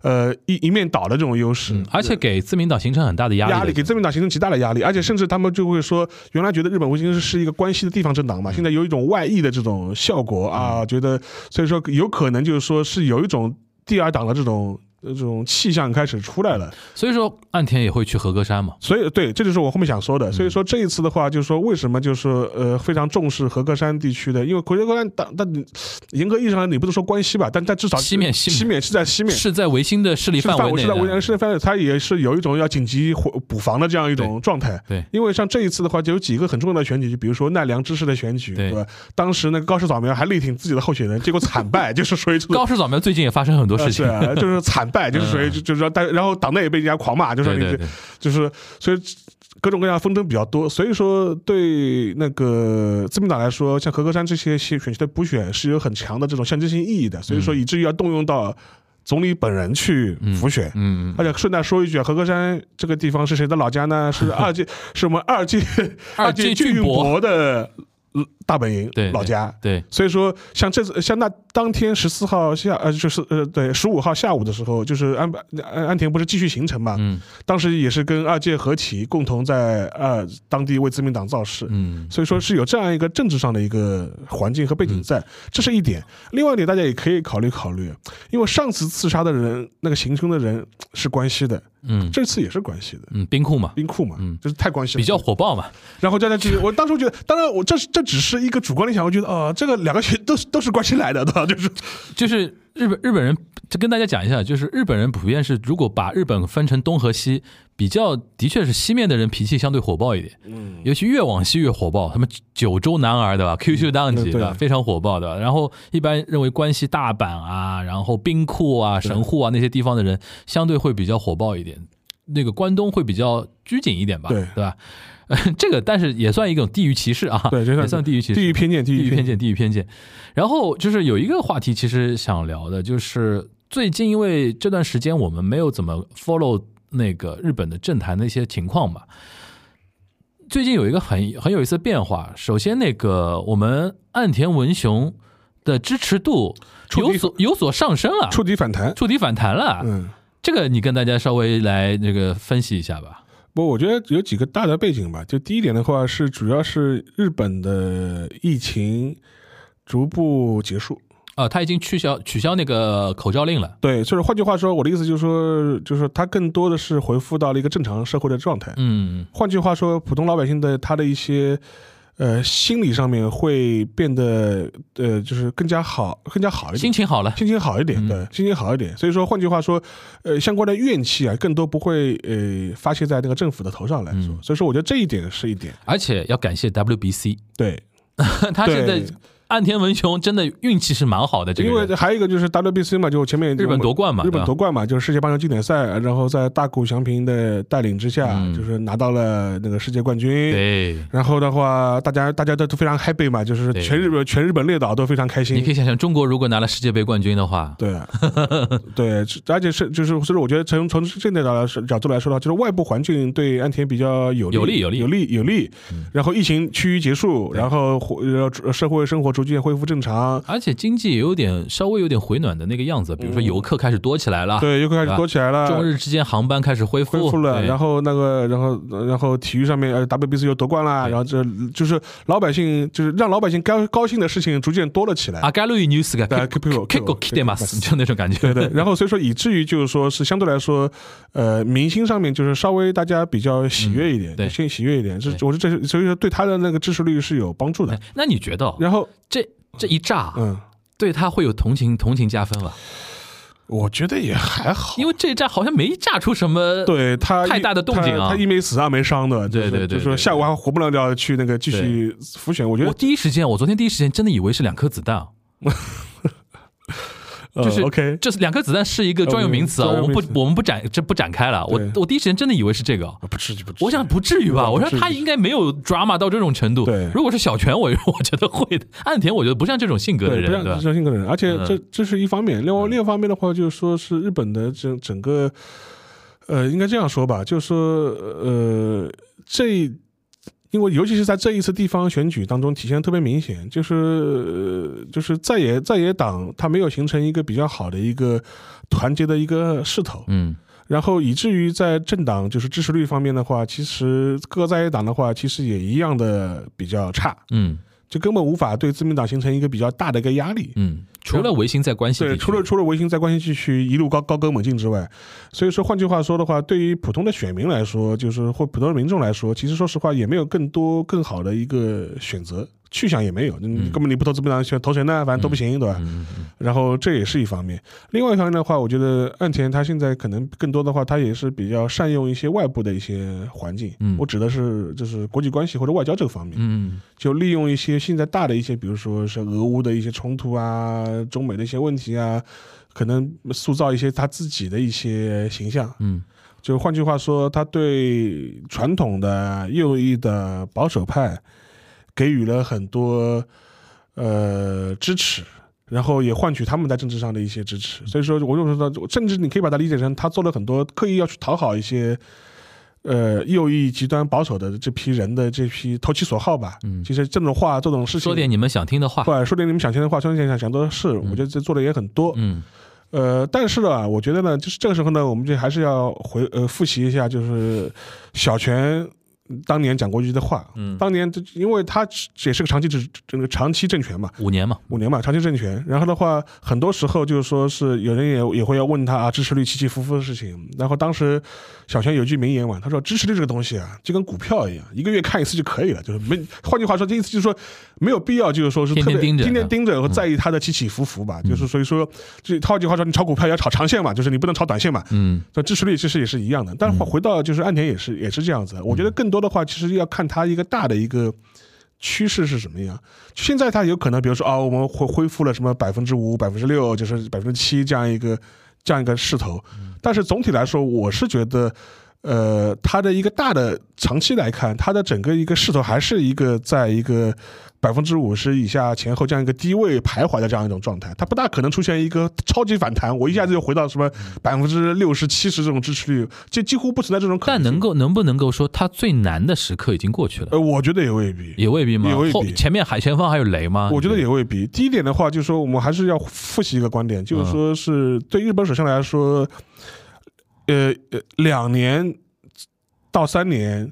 Speaker 4: 呃一一面倒的这种优势。
Speaker 5: 嗯，而且给自民党形成很大的压力的。嗯
Speaker 4: 压力给自民党形成极大的压力，而且甚至他们就会说，原来觉得日本维新是一个关系的地方政党
Speaker 5: 嗯
Speaker 4: 嘛，现在有一种外溢的这种效果啊，觉得所以说有可能就是说是有一种第二党的这种这种气象开始出来了。
Speaker 5: 所以说岸田也会去和歌山嘛。
Speaker 4: 所以，对，这就是我后面想说的。所
Speaker 5: 嗯
Speaker 4: 以说这一次的话，就是说为什么就是呃非常重视和歌山地区的，因为和歌山但但你严格意义上你不能说关西吧，但但至少
Speaker 5: 西面西面
Speaker 4: 西面是在西面。
Speaker 5: 是在维新的势力
Speaker 4: 是
Speaker 5: 范围
Speaker 4: 是
Speaker 5: 内
Speaker 4: 在维
Speaker 5: 的，
Speaker 4: 是在范围，它也是有一种要紧急回补防的这样一种状态。
Speaker 5: 对
Speaker 4: 因为像这一次的话，就有几个很重要的选举，就比如说奈良知事的选举，
Speaker 5: 对
Speaker 4: 对吧？当时那个高市早苗还力挺自己的候选人，结果惨败， *laughs* 就是属于这种
Speaker 5: 高市早苗最近也发生很多
Speaker 4: 啊
Speaker 5: 事
Speaker 4: 是
Speaker 5: 情，
Speaker 4: 啊，就是惨败，就是属于
Speaker 5: 嗯
Speaker 4: 就就是说，但然后党内也被人家狂骂，就说
Speaker 5: 对
Speaker 4: 你
Speaker 5: 啊
Speaker 4: 这
Speaker 5: 对对，
Speaker 4: 就是所以各种各样的纷争比较多，所以说对那个自民党来说，像和歌山这些选选区的补选是有很强的这种象征性意义的，所以说以至于要动用到总理本人去辅选。
Speaker 5: 嗯嗯，
Speaker 4: 而且顺带说一句啊，和歌山这个地方是谁的老家呢？
Speaker 5: *laughs*
Speaker 4: 是二届，是我们二届
Speaker 5: 二
Speaker 4: 届
Speaker 5: 届
Speaker 4: 俊
Speaker 5: 俊博
Speaker 4: 博的呃大本营
Speaker 5: 对
Speaker 4: 老家。
Speaker 5: 对，
Speaker 4: 所以说，像这次像那当天十四号下呃，就是呃对十五号下午的时候，就是安安安田不是继续行程嘛，
Speaker 5: 嗯
Speaker 4: 当时也是跟二届合体，共同在呃当地为自民党造势。
Speaker 5: 嗯，
Speaker 4: 所以说是有这样一个政治上的一个环境和背景
Speaker 5: 嗯
Speaker 4: 在，这是一点。另外一点，大家也可以考虑考虑，因为上次刺杀的人，那个行凶的人是关西的，
Speaker 5: 嗯
Speaker 4: 这次也是关西的。
Speaker 5: 嗯，冰库嘛，
Speaker 4: 冰库嘛，
Speaker 5: 嗯
Speaker 4: 就是太关系了，
Speaker 5: 比较火爆嘛，
Speaker 4: 然后大家就我当时觉得，当然我这这只是一个主观的想法，我觉得哦，这个两个学都是都是关系来的，对 *laughs* 吧？就是
Speaker 5: 就是日本日本人，就跟大家讲一下，就是日本人普遍是，如果把日本分成东和西，比较的确是西面的人脾气相对火爆一点，嗯，尤其越往西越火爆，他们九州男儿 *laughs* 对吧？QQ 当
Speaker 4: 嗯
Speaker 5: 季
Speaker 4: 对
Speaker 5: 吧，非常火爆的。然后一般认为关西大阪啊，然后兵库啊、神户啊那些地方的人，相对会比较火爆一点。那个关东会比较拘谨一点吧，
Speaker 4: 对
Speaker 5: 对吧？ *laughs* 这个但是也算一种地域歧视啊，
Speaker 4: 对这算
Speaker 5: 也算地域歧视，
Speaker 4: 地域偏见，地
Speaker 5: 地
Speaker 4: 域
Speaker 5: 域偏
Speaker 4: 见。
Speaker 5: 见，地域偏见。然后就是有一个话题，其实想聊的，就是最近因为这段时间我们没有怎么 follow 那个日本的政坛的一些情况嘛。最近有一个很很有意思的变化，首先那个我们岸田文雄的支持度
Speaker 4: 触
Speaker 5: 有
Speaker 4: 底
Speaker 5: 所有所上升了，
Speaker 4: 触底反弹，
Speaker 5: 触底反弹了。
Speaker 4: 嗯。
Speaker 5: 这个你跟大家稍微来那个分析一下吧。
Speaker 4: 不，我觉得有几个大的背景吧。就第一点的话，是主要是日本的疫情逐步结束。
Speaker 5: 啊，他已经取消取消那个口罩令了。
Speaker 4: 对，就是换句话说，我的意思就是说，就是说它更多的是恢复到了一个正常社会的状态。
Speaker 5: 嗯
Speaker 4: 换句话说，普通老百姓的他的一些呃心理上面会变得呃就是更加好，更加好一点，
Speaker 5: 心情好了。
Speaker 4: 心情好一点，
Speaker 5: 嗯
Speaker 4: 对，心情好一点。所以说，换句话说，呃，相关的怨气啊，更多不会呃发泄在那个政府的头上来说。
Speaker 5: 嗯
Speaker 4: 所以说，我觉得这一点是一点，
Speaker 5: 而且要感谢 WBC，
Speaker 4: 对，
Speaker 5: *laughs* 他现在
Speaker 4: 对
Speaker 5: 岸田文雄真的运气是蛮好的，这
Speaker 4: 因
Speaker 5: 个
Speaker 4: 为
Speaker 5: 人
Speaker 4: 还有一个就是 WBC 嘛，就前面
Speaker 5: 日本夺冠嘛
Speaker 4: 日本
Speaker 5: 对吧
Speaker 4: 夺冠嘛，就是世界棒球经典赛，然后在大谷翔平的带领之下，
Speaker 5: 嗯
Speaker 4: 就是拿到了那个世界冠军。
Speaker 5: 对，
Speaker 4: 然后的话，大家大家都都非常 happy 嘛，就是
Speaker 5: 对
Speaker 4: 全日本全日本列岛都非常开心。
Speaker 5: 你可以想想，中国如果拿了世界杯冠军的话，
Speaker 4: 对，对，而且是就是，所以我觉得从从这点角来说角度来说的话，就是外部环境对安田比较有利，
Speaker 5: 有利有利嗯
Speaker 4: 有利有利。然后疫情趋于结束，然后活呃社会生活逐渐恢复正常，
Speaker 5: 而且经济也有点稍微有点回暖的那个样子，比如说游客开始多起来
Speaker 4: 嗯
Speaker 5: 了，
Speaker 4: 对，又开始多起来了，
Speaker 5: 啊中日之间航班开始恢
Speaker 4: 恢
Speaker 5: 复，
Speaker 4: 复了。
Speaker 5: 对
Speaker 4: 然后那个，然后然后体育上面呃 WBC 又夺冠啦，
Speaker 5: 对
Speaker 4: 然后这就是老百姓就是让老百姓高高兴的事情逐渐多了起来。
Speaker 5: 阿盖路伊纽斯个
Speaker 4: 对
Speaker 5: k
Speaker 4: Kiko-
Speaker 5: i
Speaker 4: Kiko-
Speaker 5: k o k i d e m a s *laughs* 就那种感觉，
Speaker 4: 对对，然后所以说以至于就是说是相对来说，呃，明星上面就是稍微大家比较喜悦一点，
Speaker 5: 嗯对
Speaker 4: 先喜悦一点，这
Speaker 5: 对
Speaker 4: 我觉得这是所以说对他的那个支持率是有帮助的
Speaker 5: *laughs* 哎。那你觉得
Speaker 4: 然后，
Speaker 5: 这这一炸
Speaker 4: 嗯，
Speaker 5: 对他会有同情同情加分吧？
Speaker 4: 我觉得也还好，
Speaker 5: 因
Speaker 4: 为
Speaker 5: 为这一炸好像没炸出什么，
Speaker 4: 对他
Speaker 5: 太
Speaker 4: 一
Speaker 5: 大的动静啊
Speaker 4: 他他一没死二没伤的，就是
Speaker 5: 对对对
Speaker 4: 就是说
Speaker 5: 对
Speaker 4: 下午还活蹦乱跳地去那个继续浮选，我觉
Speaker 5: 我
Speaker 4: 得
Speaker 5: 第一时间，我昨天第一时间真的以为是两颗子弹啊，
Speaker 6: 就是
Speaker 4: 呃 OK
Speaker 6: 这是两颗子弹是一个专有名词啊，
Speaker 4: 呃专有
Speaker 6: 我们
Speaker 4: 名词
Speaker 6: 不我们不展这不展开了。我
Speaker 4: 对
Speaker 6: 我第一时间真的以为是这个，
Speaker 4: 不至于不至于，
Speaker 6: 我想不至于吧？
Speaker 4: 不
Speaker 6: 我说
Speaker 4: 至于
Speaker 6: 他应该没有 drama 到这种程度。
Speaker 4: 对
Speaker 6: 如果是小泉，我 *laughs* 我觉得会的。岸田我觉得不像这种性格的
Speaker 4: 对，
Speaker 6: 人，
Speaker 4: 不像
Speaker 6: 对吧
Speaker 4: 不？像性格的人，而且
Speaker 6: 嗯
Speaker 4: 这这是一方面，另外另一方面的话，就是说是日本的整整个，呃，应该这样说吧，就是说呃，这因为尤其是在这一次地方选举当中体现得特别明显，就是、呃、就是在野在野党它没有形成一个比较好的一个团结的一个势头，
Speaker 6: 嗯
Speaker 4: 然后以至于在政党就是支持率方面的话，其实各个在野党的话，其实也一样的比较差。
Speaker 6: 嗯
Speaker 4: 就根本无法对自民党形成一个比较大的一个压力。
Speaker 6: 嗯，除了维新在关系地
Speaker 4: 对，
Speaker 6: 区
Speaker 4: 除了除了维新在关系地区一路高高歌猛进之外，所以说换句话说的话，对于普通的选民来说，就是或普通的民众来说，其实说实话也没有更多更好的一个选择，去向也没有，嗯你根本你不投自民党选投谁呢？反正都不行，对吧？
Speaker 6: 嗯嗯
Speaker 4: 然后这也是一方面，另外一方面的话，我觉得岸田他现在可能更多的话，他也是比较善用一些外部的一些环境，
Speaker 6: 嗯
Speaker 4: 我指的是就是国际关系或者外交这个方面，
Speaker 6: 嗯
Speaker 4: 就利用一些现在大的一些，比如说是俄乌的一些冲突啊，中美的一些问题啊，可能塑造一些他自己的一些形象。
Speaker 6: 嗯
Speaker 4: 就换句话说，他对传统的右翼的保守派给予了很多呃支持。然后也换取他们在政治上的一些支
Speaker 6: 嗯
Speaker 4: 持，所以说，我就说，甚至你可以把它理解成他做了很多刻意要去讨好一些，呃，右翼极端保守的这批人的这批投其所好吧。
Speaker 6: 嗯
Speaker 4: 其实这种话、这种
Speaker 6: 嗯，
Speaker 4: 事情，
Speaker 6: 说点你们想听的话。
Speaker 4: 对，说点你们想听的话，说点想想的是，我觉得这做的也很多。
Speaker 6: 嗯
Speaker 4: 呃，但是呢，我觉得呢，就是这个时候呢，我们就还是要回呃复习一下，就是小泉当年讲过一句的话。
Speaker 6: 嗯，
Speaker 4: 当年这因为他也是个长期执这个长期政权嘛，
Speaker 6: 五年嘛，
Speaker 4: 五年嘛，长期政权。然后的话，很多时候就是说是有人也也会要问他啊，支持率起起伏伏的事情。然后当时小泉有一句名言嘛，他说支持率这个东西啊，就跟股票一样，一个月看一次就可以了，就是没。换句话说，这意思就是说没有必要就是说是特别
Speaker 6: 天天盯着嗯
Speaker 4: 天天盯着和在意它的起起伏伏吧。就是所以说，这套句话说，你炒股票要炒长线嘛，就是你不能炒短线嘛。
Speaker 6: 嗯
Speaker 4: 所以支持率其实也是一样的，但是回到就是岸田也是也是这样子的。我觉
Speaker 6: 嗯
Speaker 4: 得更多的话，其实要看它一个大的一个趋势是什么样。现在它有可能，比如说啊，我们恢恢复了什么百分之五、百分之六，就是百分之七这样一个这样一个势头，但是总体来说，我是觉得。呃，它的一个大的长期来看，它的整个一个势头还是一个在一个百分之五十以下前后这样一个低位徘徊的这样一种状态，它不大可能出现一个超级反弹，我一下子就回到什么
Speaker 6: 嗯
Speaker 4: 百分之六十、七十这种支持率，这几乎不存在这种可能
Speaker 6: 但
Speaker 4: 性。
Speaker 6: 能够能不能够说他最难的时刻已经过去了？
Speaker 4: 呃，我觉得也未必，
Speaker 6: 也未必吗
Speaker 4: 也未？必
Speaker 6: 后前面海前方还有雷吗？
Speaker 4: 我觉得也未必。第一点的话，就是说我们还是要复习一个观
Speaker 6: 嗯
Speaker 4: 点，就是说是对日本首相来说，呃呃，两年到三年，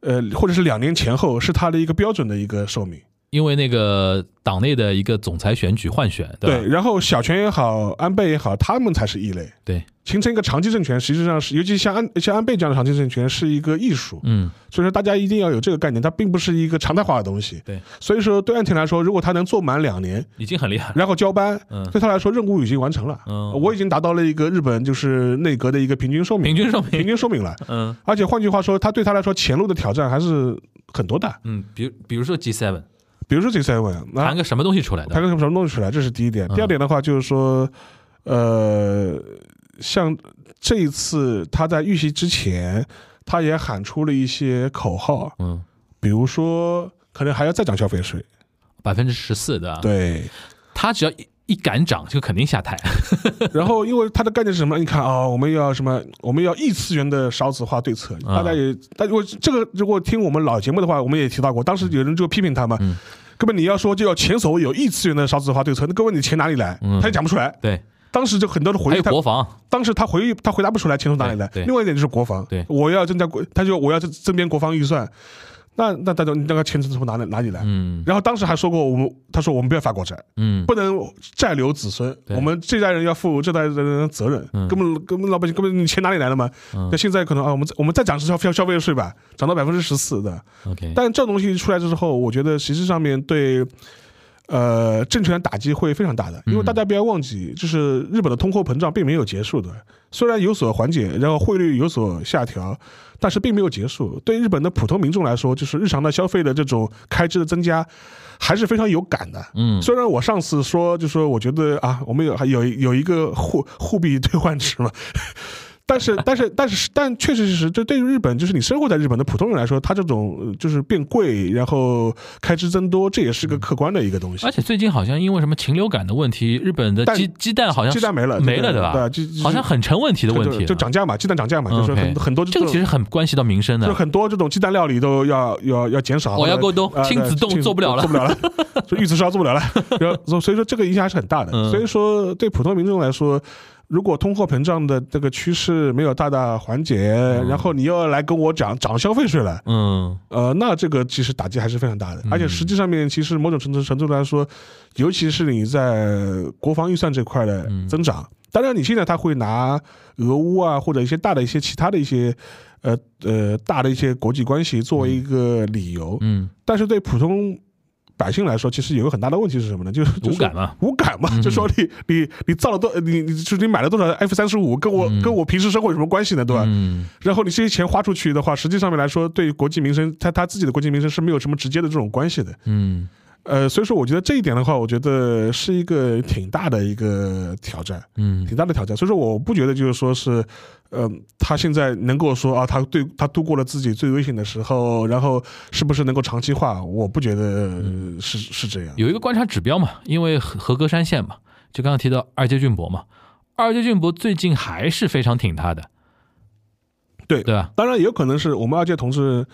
Speaker 4: 呃，或者是两年前后是他的一个标准的一个寿命。
Speaker 6: 因为那个党内的一个总裁选举换选，对啊吧？
Speaker 4: 对，然后小泉也好，安倍也好，他们才是异类。
Speaker 6: 对，
Speaker 4: 形成一个长期政权，实际上是，尤其像安像安倍这样的长期政权是一个艺术，
Speaker 6: 嗯
Speaker 4: 所以说大家一定要有这个概念，它并不是一个常态化的东西。
Speaker 6: 对，
Speaker 4: 所以说对岸田来说，如果他能做满两年，
Speaker 6: 已经很厉害了。
Speaker 4: 然后交班，
Speaker 6: 嗯
Speaker 4: 对他来说任务已经完成了。
Speaker 6: 嗯
Speaker 4: 我已经达到了一个日本就是内阁的一个平均寿命，
Speaker 6: 平均寿
Speaker 4: 平
Speaker 6: 命，
Speaker 4: 均寿命了。
Speaker 6: 嗯
Speaker 4: 而且换句话说，他对他来说前路的挑战还是很多的。
Speaker 6: 嗯，比如比如说 G seven
Speaker 4: 比如说这三位，那
Speaker 6: 谈个什么东西出来
Speaker 4: 他
Speaker 6: 的？
Speaker 4: 跟什么东西出来，这是第一点。
Speaker 6: 嗯
Speaker 4: 第二点的话就是说，呃，像这一次他在遇袭之前，他也喊出了一些口号，
Speaker 6: 嗯，
Speaker 4: 比如说可能还要再涨消费税。
Speaker 6: 百分之十四的，，
Speaker 4: 对，
Speaker 6: 他只要一一敢涨就肯定下台。
Speaker 4: 然后，因为它的概念是什么？你看啊、我们要什么？我们要异次元的少子化对策。
Speaker 6: 啊
Speaker 4: 大家也，但如果这个如果听我们老节目的话，我们也提到过，当时有人就批评他嘛，
Speaker 6: 嗯
Speaker 4: 根本你要说就要前所未有异次元的少子化对策，那各位你钱哪里来？
Speaker 6: 嗯
Speaker 4: 他也讲不出来。
Speaker 6: 对，
Speaker 4: 当时就很多的回
Speaker 6: 还
Speaker 4: 忆，
Speaker 6: 有
Speaker 4: 他
Speaker 6: 国防，
Speaker 4: 当时他回忆他回答不出来钱从哪里来
Speaker 6: 对。对
Speaker 4: 另外一点就是国防，
Speaker 6: 对
Speaker 4: 我要增加国，他就我要增增编国防预算，那那大家那个钱是从哪里哪里来？
Speaker 6: 嗯
Speaker 4: 然后当时还说过，我们他说我们不要发国债，
Speaker 6: 嗯
Speaker 4: 不能债留子孙，
Speaker 6: 对
Speaker 4: 我们这代人要负这代人的责任，
Speaker 6: 嗯
Speaker 4: 根本根本老百姓根本你钱哪里来的嘛？
Speaker 6: 嗯
Speaker 4: 那现在可能啊，我们再我们再涨消消消费税吧，涨到百分之十四的，
Speaker 5: 嗯
Speaker 6: ，OK，
Speaker 4: 但这种东西出来之后，我觉得实质上面对。呃政权打击会非常大的，因为大家不要忘记，就是日本的通货膨胀并没有结束的，虽然有所缓解，然后汇率有所下调，但是并没有结束。对日本的普通民众来说，就是日常的消费的这种开支的增加，还是非常有感的。
Speaker 5: 嗯
Speaker 4: 虽然我上次说，就说我觉得啊，我们有还有有一个货货币兑换池嘛。但是，但是，但是，但确确实实，就对于日本，就是你生活在日本的普通人来说，他这种呃就是变贵，然后开支增多，这也是个客观的一个东西
Speaker 5: 而。且最近好像因为什么禽流感的问题，日本的
Speaker 4: 蛋
Speaker 5: 鸡鸡蛋好像
Speaker 4: 鸡蛋没了，
Speaker 5: 没了，
Speaker 4: 对
Speaker 5: 吧？
Speaker 4: 对，就
Speaker 5: 好像很成问题的问
Speaker 4: 就
Speaker 5: 题了，
Speaker 4: 就涨价嘛，鸡蛋涨价嘛，
Speaker 5: 嗯
Speaker 4: 就是很
Speaker 5: OK
Speaker 4: 很多
Speaker 5: 这个其实很关系到民生
Speaker 4: 就
Speaker 5: 的。
Speaker 4: 很多这种鸡蛋料理都要要要减少，
Speaker 6: 我要过冬
Speaker 4: 呃
Speaker 6: 亲子冻
Speaker 4: 对亲
Speaker 6: 做不了了
Speaker 4: 做不了
Speaker 6: *laughs*
Speaker 4: 了，就预制烧做不了了。然后所所以说这个影响还是很大的。
Speaker 5: 嗯
Speaker 4: 所以说对普通民众来说，如果通货膨胀的这个趋势没有大大缓解，
Speaker 6: 嗯
Speaker 4: 然后你又要来跟我讲涨消费税了，
Speaker 5: 嗯，
Speaker 4: 呃，那这个其实打击还是非常大的，而且实际上面其实某种程度程度来说，尤其是你在国防预算这块的
Speaker 5: 嗯
Speaker 4: 增长，当然你现在他会拿俄乌啊或者一些大的一些其他的一些呃呃大的一些国际关系作为一个理由，
Speaker 5: 嗯，
Speaker 4: 但是对普通百姓来说，其实有个很大的问题是什么呢？就是就是
Speaker 5: 无感嘛，嗯
Speaker 4: 无感嘛，就说你你你造了多你你就是你买了多少 F 三十五，跟我跟我平时生活有什么关系呢？对吧？
Speaker 5: 嗯，
Speaker 4: 然后你这些钱花出去的话，实际上面来说，对国计民生，他他自己的国计民生是没有什么直接的这种关系的。
Speaker 5: 嗯，
Speaker 4: 呃，所以说我觉得这一点的话，我觉得是一个挺大的一个挑战，
Speaker 5: 嗯，
Speaker 4: 挺大的挑战。所以说我不觉得就是说是，呃，他现在能够说啊，他对他度过了自己最危险的时候，然后是不是能够长期化？我不觉得、
Speaker 5: 嗯
Speaker 4: 呃是是这样。
Speaker 5: 有一个观察指标嘛，因为和和歌山县嘛，就刚刚提到二阶俊博嘛，二阶俊博最近还是非常挺他的，
Speaker 4: 对
Speaker 5: 对吧？
Speaker 4: 当然，也有可能是我们二届同志，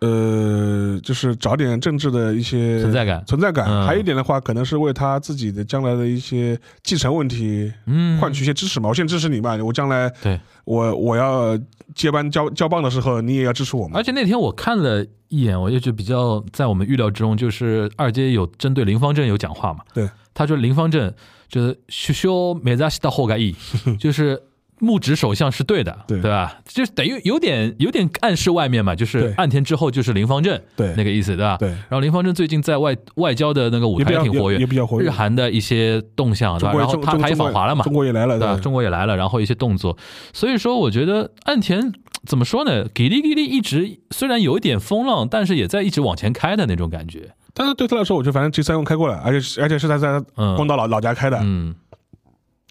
Speaker 4: 呃，就是找点政治的一些
Speaker 5: 存在感
Speaker 4: 存在感。
Speaker 5: 嗯
Speaker 4: 还有一点的话，可能是为他自己的将来的一些继承问题，
Speaker 5: 嗯，
Speaker 4: 换取一些支持嘛。我现在支持你嘛，我将来
Speaker 5: 对，
Speaker 4: 我我要接班交交棒的时候，你也要支持我嘛
Speaker 5: 而。且那天我看了一眼，我就觉得比较在我们预料之中，就是二阶有针对林方正有讲话嘛。
Speaker 4: 对，
Speaker 5: 他说林方正就是修修梅扎西达后盖伊，
Speaker 4: *laughs*
Speaker 5: 就是木指首相是对的，
Speaker 4: 对
Speaker 5: 吧？就是等于有点有点暗示外面嘛，就是
Speaker 4: 对
Speaker 5: 岸田之后就是林方正
Speaker 4: 对
Speaker 5: 那个意思，对吧？
Speaker 4: 对
Speaker 5: 然后林方正最近在外外交的那个舞
Speaker 4: 也
Speaker 5: 台
Speaker 4: 比较
Speaker 5: 挺活跃，
Speaker 4: 也也比较活跃
Speaker 5: 日韩的一些动向，对
Speaker 4: 中
Speaker 5: 吧？
Speaker 4: 国
Speaker 5: 然后
Speaker 4: 中
Speaker 5: 他
Speaker 4: 中
Speaker 5: 他也
Speaker 4: 中国
Speaker 5: 访华了嘛，
Speaker 4: 中国也来了，
Speaker 5: 对吧？啊
Speaker 4: 对
Speaker 5: 中国也来了，然后一些动作，所以说我觉得岸田怎么说呢？给力给力一直虽然有一点风浪，但是也在一直往前开的那种感觉。
Speaker 4: 但是对他来说，我觉得反正 G 三用开过来，而且是而且是他在
Speaker 5: 嗯
Speaker 4: 光岛老、老家开的。
Speaker 5: 嗯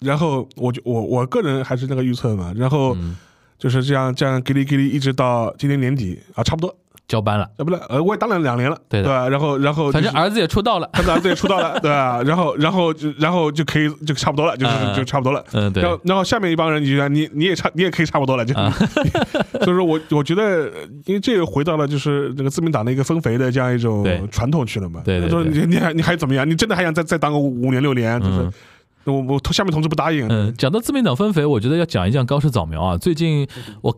Speaker 4: 然后我就我我个人还是那个预测嘛，然后
Speaker 5: 嗯，
Speaker 4: 就是这样这样给力给力，一直到今年年底啊，差不多
Speaker 5: 交班了，
Speaker 4: 啊，不对，呃，我也当了两年了，
Speaker 5: 对的
Speaker 4: 吧？然后，然哦后、就
Speaker 5: 反
Speaker 4: 是、
Speaker 5: 正儿子也出道了。
Speaker 4: 他们俩队出道了，对吧？然后，然后就然后就可以就差不多了，就是、
Speaker 5: 嗯嗯
Speaker 4: 就差不多了。
Speaker 5: 嗯，对嗯
Speaker 4: 然，后，然后下面一帮人，你就觉得你你也差，你也可以差不多了，就。 *laughs* 所以说我我觉得，呃因为这个回到了就是那个自民党的一个分肥的这样一
Speaker 5: 对
Speaker 4: 种传统去了嘛。
Speaker 5: 对对
Speaker 4: 就是
Speaker 5: 对
Speaker 4: 你你还你还怎么样？你真的还想再再当个五五年六年？就是、
Speaker 5: 嗯
Speaker 4: 我我下面同志不答应。啊
Speaker 5: 嗯，讲到自民党分肥，我觉得要讲一讲高市早苗啊。最近我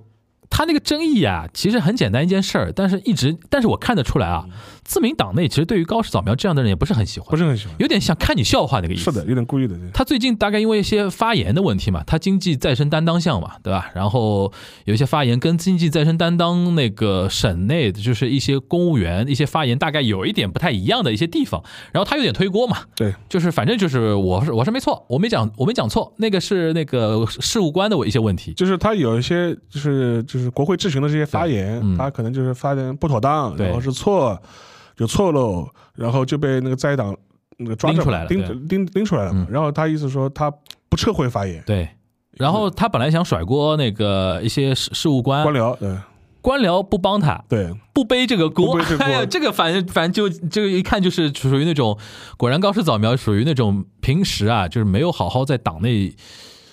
Speaker 5: 他那个争议啊，其实很简单一件事儿，但是一直，但是我看得出来
Speaker 4: 嗯
Speaker 5: 啊，自民党内其实对于高市早苗这样的人也不是很喜欢，
Speaker 4: 不是很喜欢。
Speaker 5: 有点像看你笑话那个意思。
Speaker 4: 是的，有点故意的。对
Speaker 5: 他最近大概因为一些发言的问题嘛，他经济再生担当项嘛，对吧？然后有一些发言跟经济再生担当那个省内的，就是一些公务员一些发言，大概有一点不太一样的一些地方。然后他有点推锅嘛，
Speaker 4: 对，
Speaker 5: 就是反正就是我是我是没错，我没讲我没讲错，那个是那个事务官的一些问题。
Speaker 4: 就是他有一些就是就是国会质询的这些发言，
Speaker 5: 嗯
Speaker 4: 他可能就是发言不妥当，
Speaker 5: 对
Speaker 4: 然后是错，有错漏，然后就被那个在野党那个抓着
Speaker 5: 拎出来了嗯
Speaker 4: 拎拎拎出来了嘛。然后他意思说他不撤回发言，
Speaker 5: 对，然后他本来想甩锅那个一些事事务官
Speaker 4: 官僚，对
Speaker 5: 官僚不帮他，
Speaker 4: 对，
Speaker 5: 不背这个锅，
Speaker 4: 不背这个锅
Speaker 5: 哎呀，这个反正反正就这个一看就是属于那种，果然高市早苗属于那种平时啊，就是没有好好在党内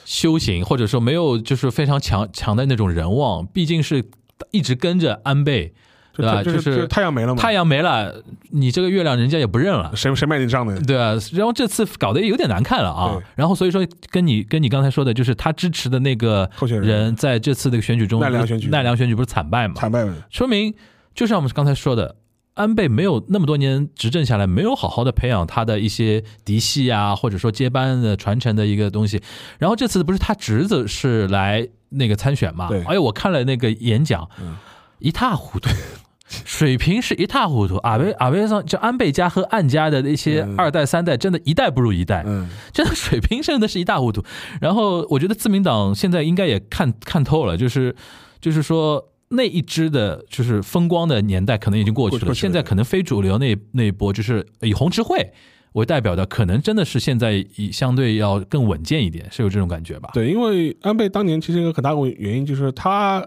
Speaker 5: 修行，或者说没有就是非常强强的那种人望，毕竟是一直跟着安倍，对吧？
Speaker 4: 就
Speaker 5: 就
Speaker 4: 就是
Speaker 5: 是
Speaker 4: 太阳没了嘛，
Speaker 5: 太阳没了，你这个月亮人家也不认了。
Speaker 4: 谁谁卖你账的？
Speaker 5: 对啊，然后这次搞得有点难看了啊
Speaker 4: 对。
Speaker 5: 然后所以说，跟你跟你刚才说的，就是他支持的那个
Speaker 4: 候选人
Speaker 5: 人，在这次的选举中，
Speaker 4: 奈良选举
Speaker 5: 奈良选举不是惨败嘛？
Speaker 4: 惨败了，
Speaker 5: 说明就像我们刚才说的，安倍没有那么多年执政下来，没有好好的培养他的一些嫡系啊，或者说接班的传承的一个东西。然后这次不是他侄子是来那个参选嘛
Speaker 4: 对？嗯 *laughs*
Speaker 5: 哎呦，我看了那个演讲，一塌糊涂。水平是一塌糊涂。阿贝阿贝上就安倍家和岸家的那些
Speaker 4: 嗯
Speaker 5: 二代三代，真的一代不如一代，
Speaker 4: 嗯，
Speaker 5: 真的水平真的是一塌糊涂。然后我觉得自民党现在应该也看看透了，就是就是说。那一支的，就是风光的年代，可能已经过去
Speaker 4: 过
Speaker 5: 了。
Speaker 4: 去过去了
Speaker 5: 现在可能非主流那那一波，就是以红十会为代表的，可能真的是现在以相对要更稳健一点，是有这种感觉吧？
Speaker 4: 对，因为安倍当年其实有一个很大的原因就是他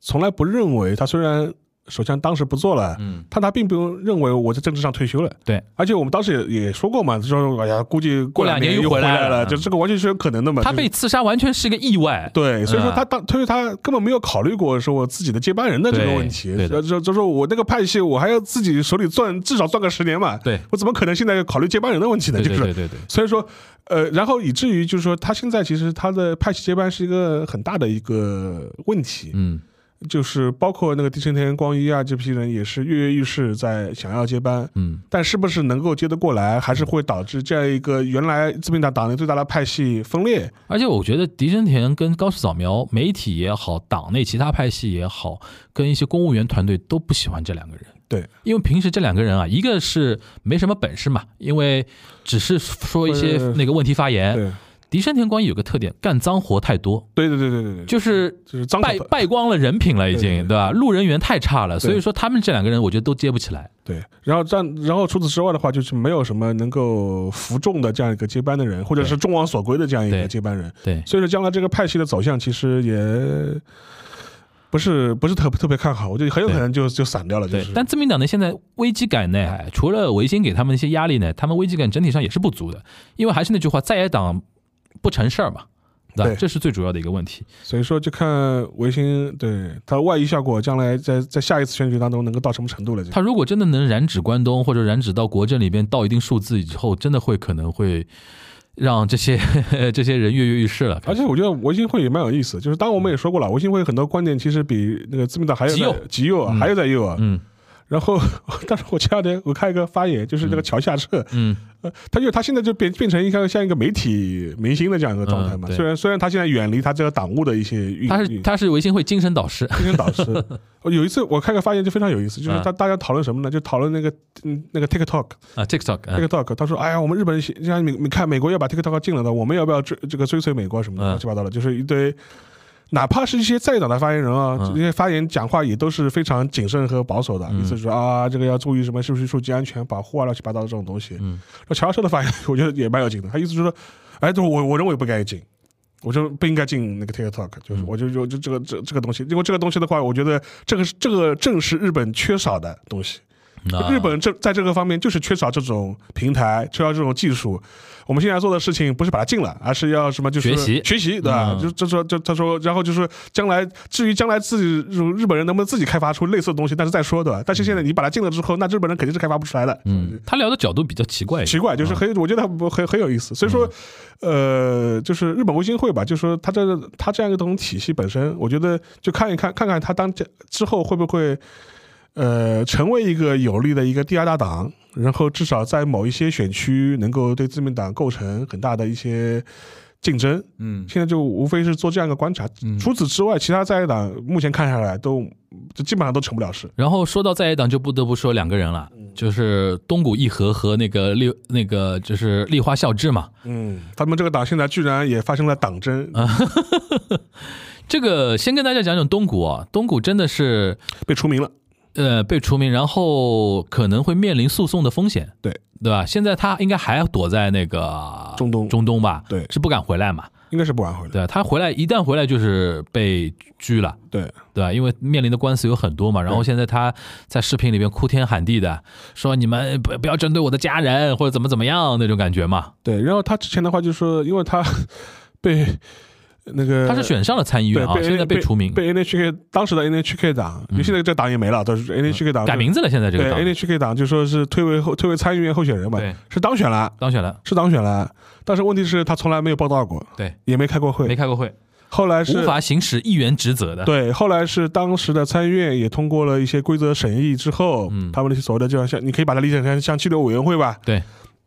Speaker 4: 从来不认为他虽然首相当时不做了，
Speaker 5: 嗯，
Speaker 4: 但他并不认为我在政治上退休了。
Speaker 5: 对，
Speaker 4: 而且我们当时也也说过嘛，就说哎呀，估计过
Speaker 5: 两年
Speaker 4: 年
Speaker 5: 又
Speaker 4: 又
Speaker 5: 回来
Speaker 4: 来
Speaker 5: 了嗯
Speaker 4: 就这个完全是有可能的嘛。
Speaker 5: 他
Speaker 4: 就是
Speaker 5: 被刺杀完全是一个意外。
Speaker 4: 对，所以说
Speaker 5: 嗯
Speaker 4: 他当，所以他根本没有考虑过说我自己的接班人的这个
Speaker 5: 对
Speaker 4: 问题
Speaker 5: 对，的
Speaker 4: 就就说我那个派系，我还要自己手里攥，至少攥个十年嘛，
Speaker 5: 对
Speaker 4: 我怎么可能现在要考虑接班人的问题呢？
Speaker 5: 对
Speaker 4: 就
Speaker 5: 对对
Speaker 4: 是，
Speaker 5: 对对，
Speaker 4: 所以说，呃，然后以至于就是说，他现在其实他的派系接班是一个很大的一个问题，
Speaker 5: 嗯，
Speaker 4: 就是包括那个地震天光一啊这批人也是跃跃欲试，在想要接班，
Speaker 5: 嗯，
Speaker 4: 但是不是能够接得过来，还是会导致这样一个原来自民党党内最大的派系分裂，
Speaker 5: 而且我觉得狄真田跟高市早苗，媒体也好，党内其他派系也好，跟一些公务员团队都不喜欢这两个人。
Speaker 4: 对，
Speaker 5: 因为平时这两个人啊，一个是没什么本事嘛，因为只是说一些
Speaker 4: 呃
Speaker 5: 那个问题发言。
Speaker 4: 对，
Speaker 5: 狄真田官有个特点，干脏活太多，
Speaker 4: 对对对对对对。
Speaker 5: 就是
Speaker 4: 就是张
Speaker 5: 败败光了人品了，已
Speaker 4: 对对
Speaker 5: 经
Speaker 4: 对
Speaker 5: 对吧？路人缘太差了，
Speaker 4: 对
Speaker 5: 所以说他们这两个人，我觉得都接不起来。
Speaker 4: 对，然后但然后除此之外的话，就是没有什么能够服众的这样一个接班的人，或者是众望所归的这样一
Speaker 5: 对
Speaker 4: 个接班人。
Speaker 5: 对，
Speaker 4: 所以说，将来这个派系的走向其实也不是不是特特别看好，我觉得很有可能就就散掉了。就
Speaker 5: 对
Speaker 4: 是，
Speaker 5: 但自民党呢，现在危机感呢，哎除了维新给他们一些压力呢，他们危机感整体上也是不足的，因为还是那句话，在野党不成事儿嘛，对吧？
Speaker 4: 对
Speaker 5: 这是最主要的一个问题。
Speaker 4: 所以说，就看维新对它的外溢效果，将来在在下一次选举当中能够到什么程度了。就
Speaker 5: 他如果真的能染指关东，或者染指到国政里边到一定数字以后，真的会可能会让这些 *laughs* 这些人跃跃欲试了。
Speaker 4: 而且我觉得维新会也蛮有意思，就是当然我们也说过了，维新会很多观点其实比那个自民党还有
Speaker 5: 极右
Speaker 4: 在极右啊，还有在右啊。
Speaker 5: 嗯
Speaker 4: 然后， *laughs* 但是我前两天我看一个发言，就是那个桥下彻，
Speaker 5: 嗯，
Speaker 4: 他就他现在就变变成一个像一个媒体明星的这样一个状态嘛。
Speaker 5: 嗯对
Speaker 4: 虽然虽然他现在远离他这个党务的一些运，
Speaker 5: 他是
Speaker 4: 运
Speaker 5: 他是维新会精神导师，
Speaker 4: 精神导
Speaker 5: *laughs*
Speaker 4: 师。呃有一次我看个发言就非常有意思，就是
Speaker 5: 嗯
Speaker 4: 大大家讨论什么呢？就讨论那个嗯那个 TikTok
Speaker 5: 啊，TikTok，嗯
Speaker 4: TikTok，他说哎呀，我们日本人像你你看美国要把 TikTok 禁了的，我们要不要追这个追随美国什么的
Speaker 5: 嗯
Speaker 4: 乱七八糟的，就是一堆。哪怕是一些在野党的发言人啊，
Speaker 5: 嗯
Speaker 4: 这些发言讲话也都是非常谨慎和保守的，
Speaker 5: 嗯
Speaker 4: 意思是啊，这个要注意什么是不是数据安全保护啊，乱七八糟的这种东西。
Speaker 5: 嗯
Speaker 4: 那乔教授的发言，我觉得也蛮有劲的。他意思就是说，哎，就是我我认为不该进，我就不应该进那个 TikTok，就是
Speaker 5: 嗯
Speaker 4: 我就就就这个这这个东西，因为这个东西的话，我觉得这个是这个正是日本缺少的东西。
Speaker 5: 啊
Speaker 4: 日本这在这个方面就是缺少这种平台，缺少这种技术。我们现在做的事情不是把它禁了，而是要什么就是
Speaker 5: 学习
Speaker 4: 学习，对吧？
Speaker 5: 嗯
Speaker 4: 就就说就他说，然后就是将来至于将来自己日日本人能不能自己开发出类似的东西，那是再说，对吧？但是现在你把它禁了之后，那日本人肯定是开发不出来的。
Speaker 5: 嗯，他聊的角度比较奇怪一点，
Speaker 4: 奇怪，就是很，我觉得很很很有意思。所以说，呃，就是日本维新会吧，就是说它这它这样一种体系本身，我觉得就看一看看看它当这之后会不会，呃，成为一个有力的一个第二大党，然后至少在某一些选区能够对自民党构成很大的一些。竞争
Speaker 5: 嗯
Speaker 4: 现在就无非是做这样一个观察，除此之外，其他在野党目前看下来都就基本上都成不了事。
Speaker 5: 然后说到在野党，就不得不说两个人了，
Speaker 4: 嗯
Speaker 5: 就是东谷义和和那个立那个就是立花孝志嘛。
Speaker 4: 嗯，他们这个党现在居然也发生了党争，
Speaker 5: 这个先跟大家讲讲东谷啊，东谷真的是
Speaker 4: 被除名了。
Speaker 5: 呃被除名，然后可能会面临诉讼的风险，
Speaker 4: 对
Speaker 5: 对吧？现在他应该还躲在那个
Speaker 4: 中东
Speaker 5: 中东吧？
Speaker 4: 对
Speaker 5: 是不敢回来嘛？
Speaker 4: 应该是不挽回的。
Speaker 5: 对吧？他回来一旦回来就是被拘了。
Speaker 4: 对，
Speaker 5: 对吧？因为面临的官司有很多嘛，然后现在他在视频里面哭天喊地的说：“你们不不要针对我的家人，或者怎么怎么样那种感觉嘛。
Speaker 4: 对，然后他之前的话就说，因为他 *laughs* 被那”个
Speaker 5: 他是选上了参议
Speaker 4: 呃对
Speaker 5: 院啊，
Speaker 4: 被
Speaker 5: 现在被除名，嗯
Speaker 4: 被 NHK 当时的 NHK 党，因为现在这个党也没了，都是 NHK 党
Speaker 5: 改名字了。现在这
Speaker 4: 啊对
Speaker 5: 个党
Speaker 4: NHK 党就说是推为候推为参议院候选人嘛
Speaker 5: 对，
Speaker 4: 是当选了，
Speaker 5: 当选了，
Speaker 4: 是当选了，但是问题是他从来没有报道过，
Speaker 5: 对，
Speaker 4: 也没开过
Speaker 5: 没
Speaker 4: 会，
Speaker 5: 开过会，
Speaker 4: 后来
Speaker 5: 无
Speaker 4: 是。
Speaker 5: 法行使议员职责的。
Speaker 4: 对，后来是当时的参议院也通过了一些规则审议之后，
Speaker 5: 嗯
Speaker 4: 他们那些所谓的就像像你可以把它理解成像纪律委员会吧，
Speaker 5: 对